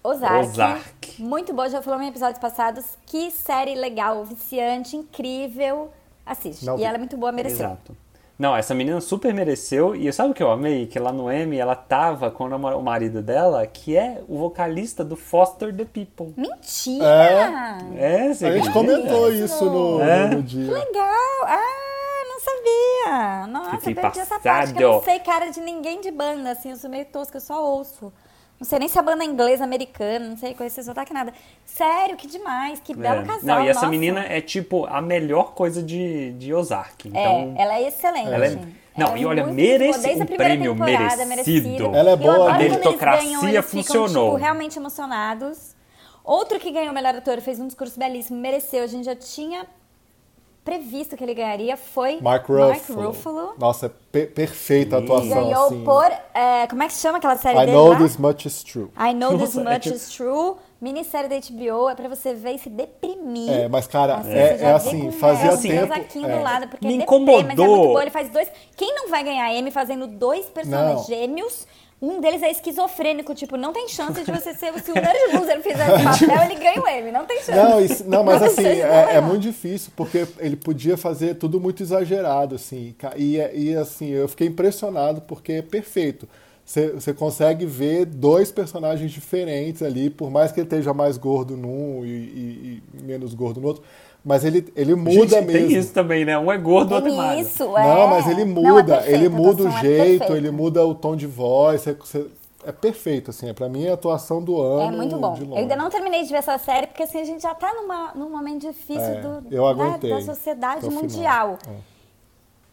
Ozark. Ozark. Muito boa, já falou em episódios passados. Que série legal, viciante, incrível. Assiste. Não e vi. ela é muito boa, mereceu. Exato. Não, essa menina super mereceu. E sabe o que eu amei? Que lá no M ela tava com o namor- o marido dela, que é o vocalista do Foster the People. Mentira! É, você a gente acredita? comentou isso no, É? no- no dia. Legal! Ah, não sabia! Nossa, Fiquei eu perdi essa parte que eu não passado. sei cara de ninguém de banda, assim, eu sou meio tosca, eu só ouço. Não sei nem se a banda é inglesa, americana, não sei conhecer sotaque, nada. Sério, que demais, que belo É. casal, Não, e essa nossa. menina é tipo a melhor coisa de, de Ozark. É, Então, ela é excelente. ela é- Não, Ela é e olha, muito merece boa, desde a um primeira prêmio temporada, merecido. Ela é Eu adoro boa, a quando eles meritocracia ganham, eles ficam, funcionou. tipo, realmente emocionados. Outro que ganhou o melhor ator, fez um discurso belíssimo, mereceu. A gente já tinha previsto que ele ganharia, foi Mark Ruffalo. Ruffalo. Nossa, é pe- perfeita a atuação, Ganhou assim. por. é, como é que chama aquela série I dele know lá? this much is true. I Know This Nossa, é Much tipo- Is True. Minissérie da HBO. É pra você ver e se deprimir. É, mas, cara, Nossa, é, você já é vê assim, com fazia mel, assim, Com tempo. casaquinho é. do lado, porque Me é incomodou. deprê, mas é muito bom. Ele faz dois... Quem não vai ganhar M fazendo dois personagens Não. gêmeos... Um deles é esquizofrênico, tipo, não tem chance de você ser. Se o Nerd Loser fizer esse papel, ele ganha o M, não tem chance. Não, isso- não, mas tem assim, chance de é, é ganhar. muito difícil, porque ele podia fazer tudo muito exagerado, assim. ca- E, é- e, assim, eu fiquei impressionado porque é perfeito. Você você consegue ver dois personagens diferentes ali, por mais que ele esteja mais gordo num e, e- e menos gordo no outro. Mas ele, ele muda gente, mesmo. Tem isso também, né? Um é gordo, outro é Tem magro. isso, é. Não, mas ele Não, é muda, perfeito, ele a muda o atuação é jeito, perfeita. ele muda o tom de voz. você- você- é perfeito, assim. é Pra mim, é a atuação do ano. É muito bom. de Eu longe. ainda não terminei de ver essa série, porque assim, a gente já tá numa, num momento difícil É, do, eu né, aguentei É. da sociedade até o final. mundial.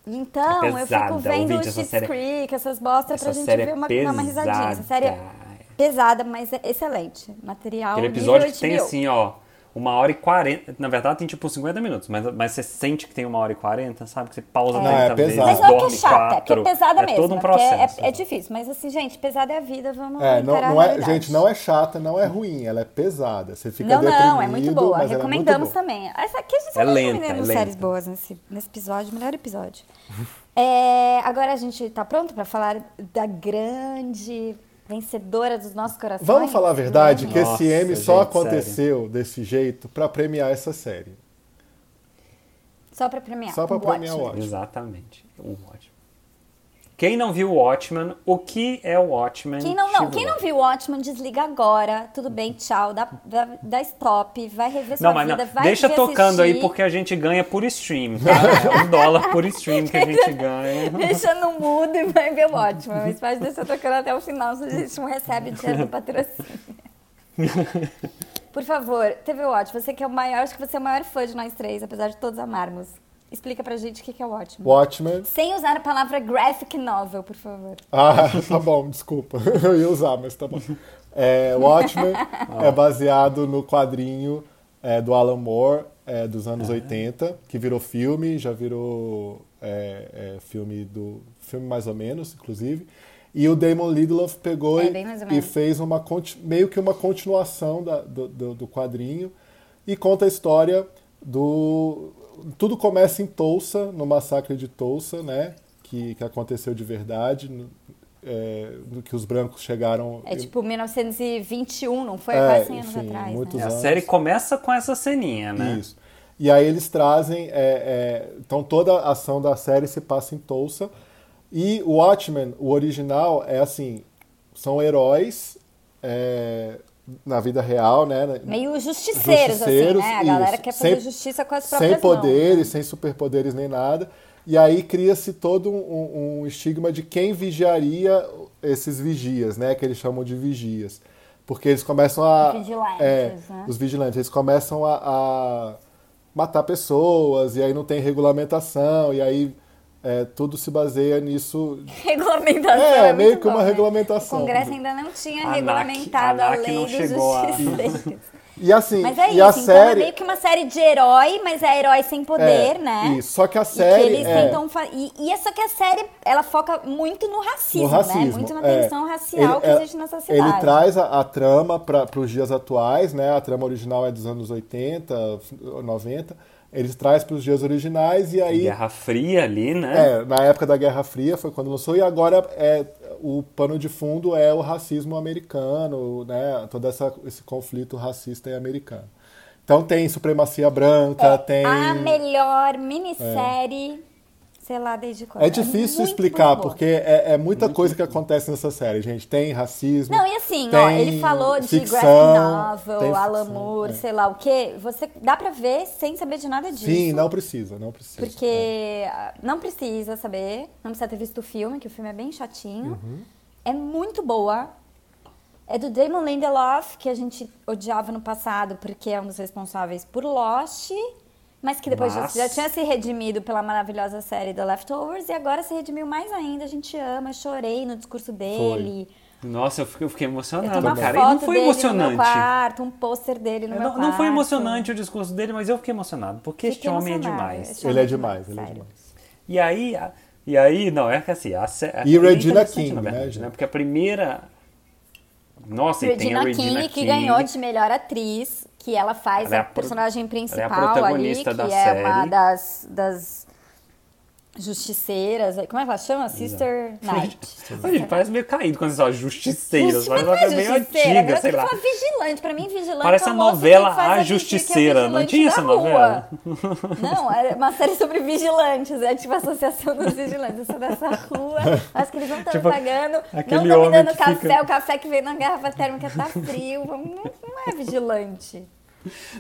Então, É eu pesada, fico vendo ouvinte, o essa Schitt's série- é Creek, essas bostas, pra essa gente série é ver uma, dar uma risadinha. Essa série é pesada. pesada, mas é excelente. Material Aquele episódio que um nível tem 8000. assim, ó, uma hora e quarenta. Na verdade, tem tipo 50 minutos, mas, mas você sente que tem uma hora e quarenta, sabe? Que você pausa Não, é 30 vezes, pesado. Mas não é que é dorme chata, é que quatro. é pesada mesmo. todo um porque é- processo. é, é difícil, mas assim, gente, pesada é a vida, vamos É, não, encarar não a é, realidade. gente, não é chata, não é ruim, ela é pesada. Você fica Não, não, é muito deprimido, boa. mas ela é muito Recomendamos boa. também. Essa aqui a gente só É tá lenta, recomendando é lenta. séries boas nesse, nesse episódio, melhor episódio. É, agora a gente tá pronto pra falar da grande vencedora dos nossos corações. Hum. Vamos falar a verdade Vamos. que Nossa, esse M só gente, aconteceu desse jeito pra premiar essa série. Só pra premiar. Só pra premiar o Watchmen. Watchmen. Exatamente. O Watchmen. Quem não viu o Watchmen, o que é o Watchmen? Quem não, não, Chivo? quem não viu o Watchmen, desliga agora. Tudo bem, tchau. Dá, dá, dá stop, vai rever sua Não, mas não. vida, vai deixa te tocando aí assistir. porque a gente ganha por stream, tá? É um dólar por stream que a gente ganha. Deixa no mudo e vai ver o Watchmen. Mas pode deixar tocando até o final, se a gente não recebe dinheiro do patrocínio. Por favor, TV Watch, você que é o maior, acho que você é o maior fã de nós três, apesar de todos amarmos. Explica pra gente o que que é o Watchmen. Watchmen. Sem usar a palavra graphic novel, por favor. Ah, tá bom, desculpa. Eu ia usar, mas tá bom. É, Watchmen Ah. é baseado no quadrinho é, do Alan Moore é, dos anos 80, que virou filme, já virou é, é, filme do filme mais ou menos, inclusive. E o Damon Lindelof pegou É, e- bem mais ou e menos. fez uma conti- meio que uma continuação da- do, do- do quadrinho e conta a história do tudo começa em Tulsa no massacre de Tulsa né que, que aconteceu de verdade no- é, no que os brancos chegaram É tipo 1921, não foi? É, Quase 100 anos enfim, atrás, muitos né? A anos. série começa com essa ceninha, né? Isso. E aí eles trazem. é, é, então toda a ação da série se passa em Tulsa. E o Watchmen, o original, é assim: são heróis é, na vida real, né? Meio justiceiros, assim, né? A galera isso. quer fazer Sem- justiça com as próprias Sem mãos. né? poderes, sem superpoderes nem nada. E aí cria-se todo um, um estigma de quem vigiaria esses vigias, né? Que eles chamam de vigias. Porque eles começam a. Vigilantes, é, né? Os vigilantes. Eles começam a, a matar pessoas, e aí não tem regulamentação, e aí é, tudo se baseia nisso. Regulamentação. É, muito meio que uma bom, né? regulamentação. O Congresso é ainda não tinha ANAC, regulamentado ANAC a lei não dos chegou a- justiceiros. E assim, Mas é e isso, a então é série. meio que uma série de herói, mas é herói sem poder, é, né? Isso. Só que a E que série. eles é, tentam fa- e, e é só que a série ela foca muito no racismo, no racismo. né? Muito na é. tensão racial Ele- que é- existe nessa cidade. Ele traz a, a trama para os dias atuais, né? A trama original é dos anos 80, 90. Eles traz para os dias originais e aí Guerra Fria ali, né? é, na época da Guerra Fria foi quando lançou, e agora é, o pano de fundo é o racismo americano, né? Todo essa, esse conflito racista e americano. Então tem supremacia branca, tem. É, A melhor minissérie, sei lá, desde quando. É difícil muito, explicar, muito boa. porque é, é muita coisa que acontece nessa série, gente. Tem racismo. Não, e assim, ó, tem ele falou de ficção, graphic novel, tem Alan ficção, Moore, é. sei lá o quê. Você dá pra ver sem saber de nada disso. Sim, não precisa, é. não precisa. Porque ah, não precisa saber, não precisa ter visto o filme, que o filme é bem chatinho. Uhum. É muito boa. É do Damon Lindelof, que a gente odiava no passado porque é um dos responsáveis por Lost, mas que depois já- Mas- já, tinha se redimido pela maravilhosa série The Leftovers e agora se redimiu mais ainda. A gente ama, chorei no discurso dele. Nossa, eu fiquei, eu fiquei Eu tenho emocionado, uma cara. E foto não foi dele no meu emocionante. quarto, um pôster dele no meu Não, quarto. não foi emocionante o discurso dele, mas eu fiquei emocionado, porque Fiquei este homem é emocionada. demais. Esse Ele é demais, ele é sério. demais. E aí, a- e aí, não, é que assim, a, sé- é E Regina interessante, King, na né, verdade, gente? né? Porque a primeira. Nossa, e tem Regina, a Regina King, que ganhou de melhor atriz, que ela faz Ela é a, a pro- personagem ela é a principal ali, que protagonista da é uma série. das, das justiceiras. Como é que ela chama? Sister Knight. Mas, gente, parece meio caído quando você fala justiceira. Mas Parece não uma é coisa meio justiceira, antiga, agora sei tem lá. que falar vigilante. Pra mim, vigilante Parece é a o moço que novela faz A vigia que é Justiceira, não vigilante tinha da essa rua. novela? Não, é uma série sobre vigilantes. É tipo a associação dos vigilantes. Eu sou dessa rua, acho que eles não estão Tipo, me pagando, não aquele estão me homem dando que café, fica- o café que vem na garrafa térmica tá frio. Não, não é vigilante.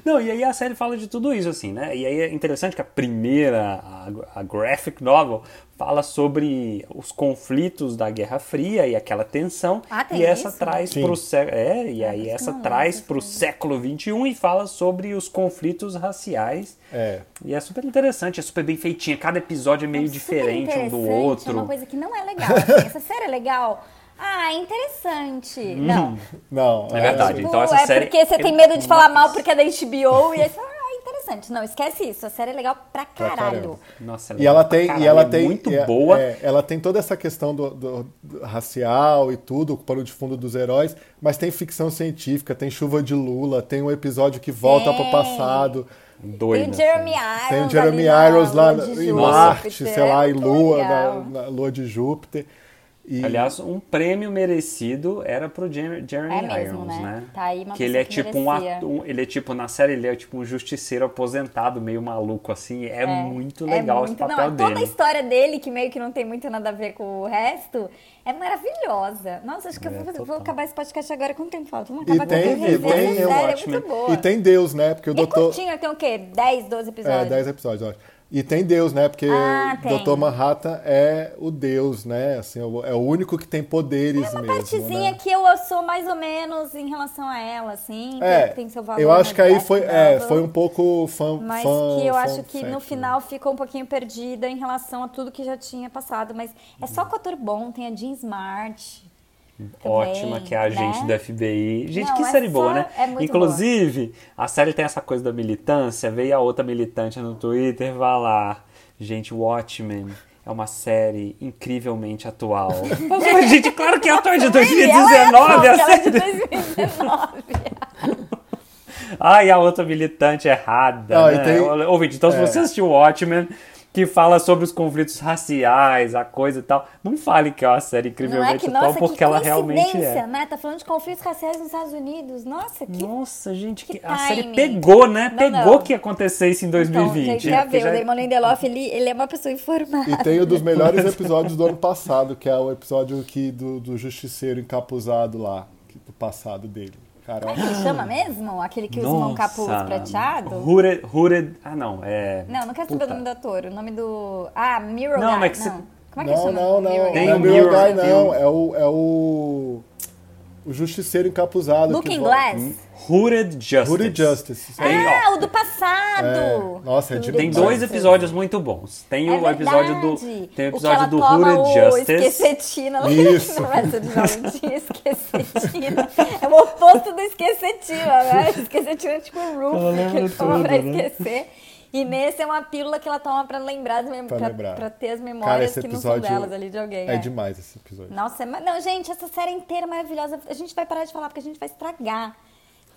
Não, e aí a série fala de tudo isso, assim, né? E aí é interessante que a primeira, a, a graphic novel, fala sobre os conflitos da Guerra Fria e aquela tensão. Ah, tem e essa isso? traz Sim. pro século. É, e aí isso essa não é, traz isso pro século XXI e fala sobre os conflitos raciais. É. E é super interessante, é super bem feitinha. Cada episódio é meio Super diferente um do interessante, outro. É uma coisa que não é legal. assim. Essa série é legal. Ah, é interessante. Hum. Não. Não, É verdade. Tipo, então essa é série- porque você tem medo de falar mal porque é da HBO e aí você fala, ah, interessante. Não, esquece isso. A série é legal pra caramba. caralho. Nossa, E ela legal pra tem, caralho, e ela é tem muito é- boa. é, ela tem toda essa questão do, do- do racial e tudo, o pano de fundo dos heróis, mas tem ficção científica, tem chuva de lula, tem um episódio que volta Tem. pro passado, Doida. Tem o Jeremy Irons. né? tem o Jeremy um ali na Irons lá Lua de é em Júpiter. Marte, sei lá, em Muito Lua, né? legal. na, na Lua de Júpiter. E- Aliás, um prêmio merecido era pro Jer- Jeremy É mesmo, Irons, né? né? Tá aí uma que ele é pessoa que tipo um, merecia. ato- um- ele é tipo na série ele é tipo um justiceiro aposentado, meio maluco assim. É, muito legal é esse muito, papel não, dele. Toda a história dele, que meio que não tem muito nada a ver com o resto, é maravilhosa. Nossa, acho que eu É, vou, fazer- vou total. acabar esse podcast agora com o tempo falta. Vamos E acabar tem, com e o tem, série, eu é acho, né? muito boa. E tem Deus, né? Porque E o é doutor. curtinho, tem o quê? 10, 12 episódios? É, 10 episódios, eu acho. E tem Deus, né? Porque Ah, o tem. Dr. Manhattan é o Deus, né? Assim, é o é o único que tem poderes É uma mesmo. partezinha né? que eu sou mais ou menos em relação a ela, assim. É, que tem seu valor. eu acho que aí mas foi, é, foi um pouco fã. Mas fã- que eu fã né? acho que no fact, final ficou um pouquinho perdida em relação a tudo que já tinha passado. Mas é só com ator bom, tem a Jean Smart. Ótima, também, que é a gente né? da FBI. Gente, Não, que é série boa, só- né? é muito Inclusive, a série tem essa coisa da militância. Veio a outra militante no Twitter falar: Gente, Watchmen é uma série incrivelmente atual. Eu falei, gente, claro que é atual de E ela é 2019. top, a ela é de série... 2019. Ai, a outra militante errada. Ah, e né? tem- Ouvinte, então se é. você assistiu Watchmen. Que fala sobre os conflitos raciais, a coisa e tal. Não fale que é uma série Não é incrivelmente que, atual, nossa, porque que ela realmente é. coincidência, né? Tá falando de conflitos raciais nos Estados Unidos. Nossa, que Nossa, gente, que que a série timing. pegou, né? Não, pegou não. que aconteceu isso em 2020. Então, gente, já né? Porque viu, o Damon Lindelof, ele, ele é uma pessoa informada. E tem um dos melhores episódios do ano passado, que é o episódio que, do, do Justiceiro encapuzado lá, que- do passado dele. Cara, eu- Ele chama mesmo? Aquele que usa um Nossa. capuz prateado? Hooded, hooded- Ah, não, é... Não, não quero saber Puta. o nome do ator. O nome do... Ah, Mirror Não, Guy. mas que se- Não. Como é que não, chama? não, não, não. Mirror Guy. Tem é o um Mirror Mirror, Guy, tem não. um- É o, é o. O Justiceiro encapuzado. Looking vo- Glass? Hooded Justice. Hooded Justice. É. Hum, Tem, ah, ó. o do passado! É. Nossa, é Tudo demais. bem. Tem dois episódios muito bons. Tem É o episódio do... verdade. Tem o que ela episódio do toma Hooded o Justice. Esquecetina. Isso. Não é tudo joventinho, esquecetina. É o oposto do esquecetina, né? Esquecetina é tipo um Ela roofie que lembra ele toma tudo, pra né? esquecer. E nesse é uma pílula que ela toma pra lembrar, as mem- Pra pra, lembrar. pra ter as Cara, memórias esse que não são episódio. delas ali de alguém. É é. demais esse episódio. Nossa, mas, não, gente, essa série inteira é maravilhosa. A gente vai parar de falar porque a gente vai estragar.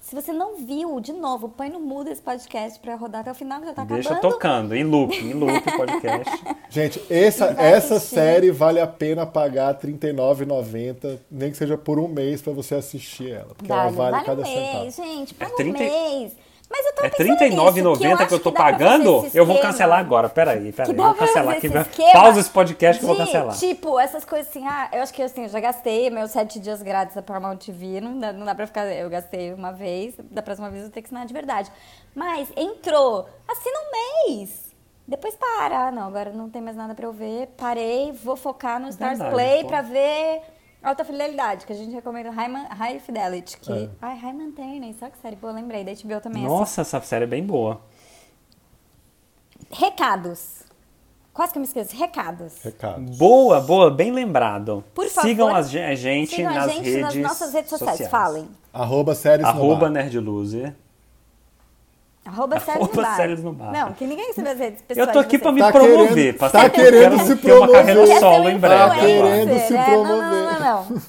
Se você não viu, de novo, põe no mudo esse podcast pra rodar até o final, que já tá Deixa acabando. tocando, em loop, em loop o podcast. É Gente, essa, Quem vai essa assistir? série vale a pena pagar R$39,90, nem que seja por um mês pra você assistir ela. Porque ela Vale, vale, vale cada um centavo. mês, gente, É paga um 30 mês. Mas eu tô É pensando nisso, que eu, 39,90 acho que eu tô dá pra fazer pagando? esse Eu vou esquema. cancelar agora, peraí, Que peraí. Eu dá vou pra cancelar fazer aqui. esse né? esquema Pausa esse podcast que eu vou de, cancelar. Tipo, essas coisas assim, ah, eu acho que assim, eu já gastei meus sete dias grátis da Paramount TV, não dá, não dá pra ficar. Eu gastei uma vez, da próxima vez eu tenho que assinar de verdade. Mas entrou, assina um mês. Depois para. Ah, não, agora não tem mais nada pra eu ver. Parei, vou focar no Stars É Verdade, Play pô. pra ver Alta Fidelidade, que a gente recomenda High, Man- High Fidelity. Que... Ai, High Maintenance, só que série boa, lembrei, da HBO também. assim. É. Nossa, essa série é bem boa. Recados. Quase que eu me esqueço. Recados. Recado. Boa, boa, bem lembrado. Por favor, sigam a ge- a gente, Sigam nas, a gente redes nas nossas redes sociais. Falem. Arroba séries Arroba no bar. Nerdloser. Arroba séries Arroba no bar. séries no bar. Não, que ninguém recebe as redes pessoais. Eu tô aqui de pra me vocês. Tá promover. querendo- pra tá ser- eu querendo quero se ter uma carreira promover. solo em breve. Quero Tá ser um agora. querendo se influencer, é, Não, não, promover. não, não.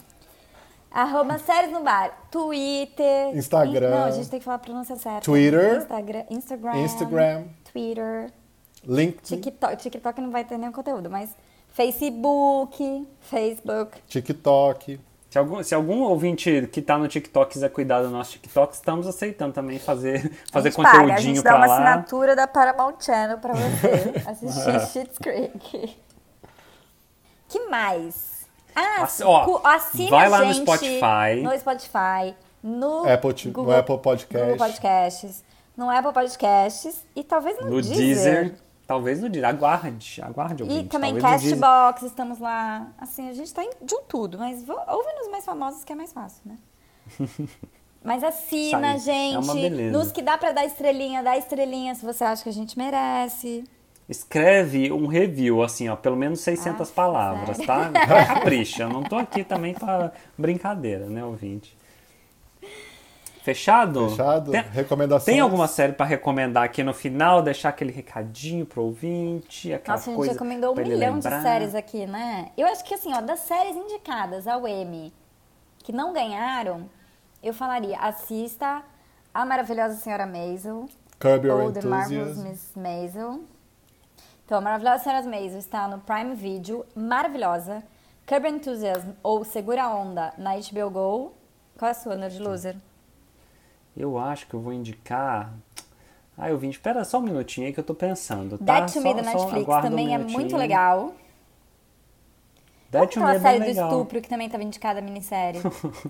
Arroba séries no bar. Twitter. Instagram. In- Não, a gente tem que falar a pronúncia certa. Twitter. Instagram. Instagram. Instagram. Twitter. LinkedIn, TikTok. TikTok não vai ter nenhum conteúdo, mas... Facebook. Facebook. TikTok. Se algum, se algum ouvinte que tá no TikTok quiser cuidar do nosso TikTok, estamos aceitando também fazer, fazer a gente paga, a conteúdinho gente dá pra uma lá. assinatura da Paramount Channel pra você assistir Schitt's Creek. Que mais? Ah, Assi- ó, cu- assina vai lá a no gente Spotify. No Spotify, no Apple Ti- no Apple Podcast. Google Podcasts, no Apple Podcasts e talvez no, No Deezer. Deezer. Talvez no Deezer. Aguarde, E aguarde ouvinte. também talvez no Deezer. Castbox, estamos lá. Assim, a gente tá em, de um tudo, mas vou- ouve nos mais famosos que é mais fácil, né? Mas assina, Isso aí, gente. é uma beleza. Nos que dá pra dar estrelinha, dá estrelinha se você acha que a gente merece. Escreve um review, assim, ó, pelo menos Ah, 600 palavras, tá? Capricha, eu não tô aqui também pra brincadeira, né, ouvinte? Fechado? Fechado? Tem, Recomendações? tem alguma série pra recomendar aqui no final, deixar aquele recadinho pro ouvinte, aquela Nossa, a gente coisa recomendou um pra ele milhão lembrar? de séries aqui, né? Eu acho que assim, ó, das séries indicadas ao M que não ganharam, eu falaria, assista a maravilhosa Senhora Maisel. Curb Your ou The Marvelous Enthusiasm. Miss Maisel. Então, a Maravilhosa Senhora Maisel está no Prime Video, maravilhosa. Curb Enthusiasm ou Segura a Onda na HBO Go. Qual é a sua, Nerd Loser? Eu acho que eu vou indicar. Ah, eu vim. Espera só um minutinho aí que eu tô pensando. Tá? That to Só- Me da só Netflix aguarda um também é minutinho. muito legal. That to Qual aquela Me é série bem do legal. estupro que também estava indicada a minissérie?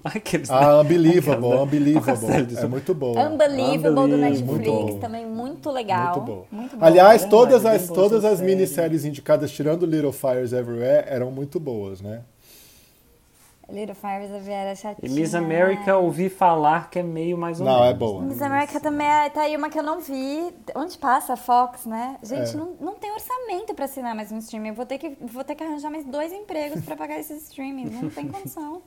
Aqueles, né? Ah, Unbelievable, Aquela- Unbelievable. aquela série do- É muito boa. Unbelievable, do Unbelievable. Netflix, Muito bom. também muito legal. Muito bom. Muito Aliás, É todas verdade, as, bem boa todas essa as série. minisséries indicadas, tirando Little Fires Everywhere, eram muito boas, né? Little Fires era E chatinha. Miss America ouvi falar que é meio mais ou Não, menos. é boa. Miss America também é- tá aí uma que eu não vi. Onde passa? Fox, né? Gente, É. não, não tem orçamento pra assinar mais um streaming. Eu vou ter que, vou ter que arranjar mais dois empregos pra pagar esses streamings. Não tem condição.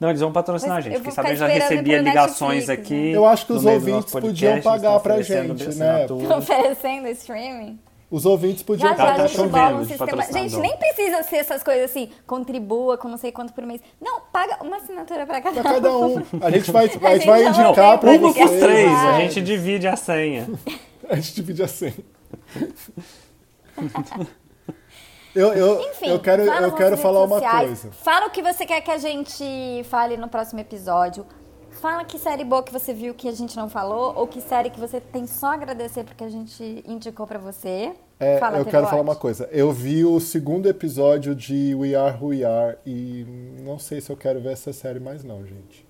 Não, eles vão patrocinar a Mas eu gente. vou Fiquei sabendo, ficar já esperando recebia pro ligações Netflix, aqui. né? Eu acho que no os meio do nosso ouvintes podcast, podiam eles estão pagar pra oferecendo gente, assinatura. né? Tô oferecendo streaming. Os ouvintes podiam Já, É. Tá, já, tá a estar gente bola chovendo um de sistema. patrocinador. Gente, nem precisa ser essas coisas assim. Contribua com não sei quanto por mês. Não, paga uma assinatura pra cada, Pra cada um. A gente vai, a gente gente vai já não indicar pra tem Não, uma Mas por é vocês. né? três, a claro. gente divide a senha. A gente divide a senha. Eu, eu, Enfim, eu quero, vá nas eu quero nossas falar redes uma sociais, coisa. Fala o que você quer que a gente fale no próximo episódio. Fala que série boa que você viu que a gente não falou, ou que série que você tem só a agradecer porque a gente indicou pra você. É, Fala, eu Tebote. quero falar uma coisa. Eu vi o segundo episódio de We Are Who We Are e não sei se eu quero ver essa série mais não, gente.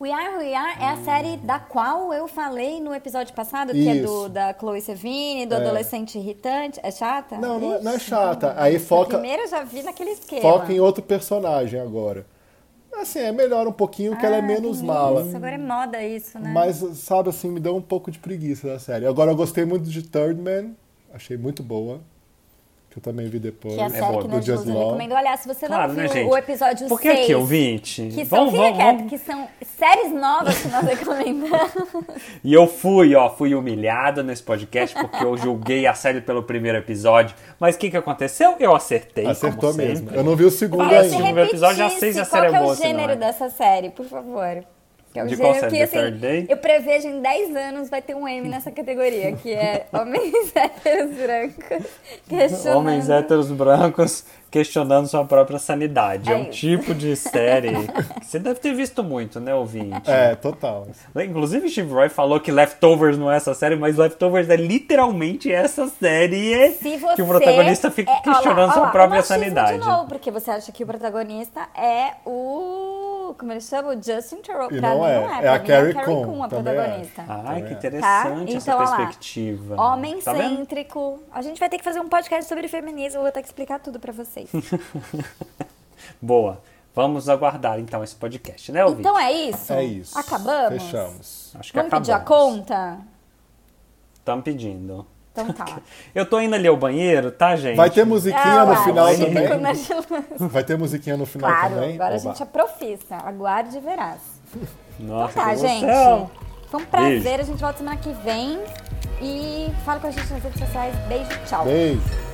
We Are Who We Are Hum. é a série da qual eu falei no episódio passado, que é do, Isso. É. da Chloe Sevigny, do adolescente irritante. É chata? Não, não, é- não é Ixi, chata. Aí então, foca, Primeiro eu já vi naquele esquema. foca em outro personagem agora. Assim, é melhor um pouquinho que ela é Ah, menos tem mala. Isso, agora é moda isso, né? Mas, sabe, assim, me deu um pouco de preguiça da série. Agora, eu gostei muito de Third Man. Achei muito boa. Que eu também vi depois. Que é a série boa, que do nós Just Law. recomendou. Aliás, se você não Claro, viu né, gente? o episódio Por que 6, aqui, ouvinte? que são, Vamos, fica vamos, quieto, vamos. que são séries novas que nós recomendamos. E eu fui, ó, fui humilhado nesse podcast porque eu julguei a série pelo primeiro episódio. Mas o que, que aconteceu? Eu acertei. Acertou como mesmo. sempre. Eu não vi o segundo Fala, Queria que esse você segundo ainda. episódio, já sei se a repetisse série qual é que é boa, o se não gênero é. dessa série, por favor. Que é o De qual gênero série? que, The assim, Third Day? eu prevejo em 10 anos vai ter um M nessa categoria, que é Homens Héteros Brancos questionando. Homens héteros brancos questionando sua própria sanidade. É, É um isso. tipo de série que você deve ter visto muito, né, ouvinte? É, total. Inclusive, Steve Roy falou que Leftovers não é essa série, mas Leftovers é literalmente essa série Se você que o protagonista fica é- ó lá, questionando ó sua lá, o própria machismo De sanidade. novo, porque você acha que o protagonista é o. Como ele chama? O Justin Theroux. E Pra não mim, é. não é. É Pra a mim, Carrie é a Coon, Coon, a também é. protagonista. Ai, que Tá? interessante Então, essa olha lá. perspectiva. Homem Ah, tá vendo? cêntrico. A gente vai ter que fazer um podcast sobre feminismo. Eu vou ter que explicar tudo pra vocês. Boa. Vamos aguardar então esse podcast, né, ouvinte? então é isso? É isso. Acabamos? Fechamos. Acho que Vamos pedir a acabamos. conta? Estão pedindo. Então tá. Eu tô indo ali ao banheiro, tá, gente? Vai ter musiquinha no lá, final chique também. com nariz. Vai ter musiquinha no final Claro, também? agora a Oba. gente é profissa. Aguarde e verás. Nossa, Tá, que gente. emoção. Foi um prazer. Beijo. A gente volta semana que vem. E fala com a gente nas redes sociais. Beijo, tchau. Beijo.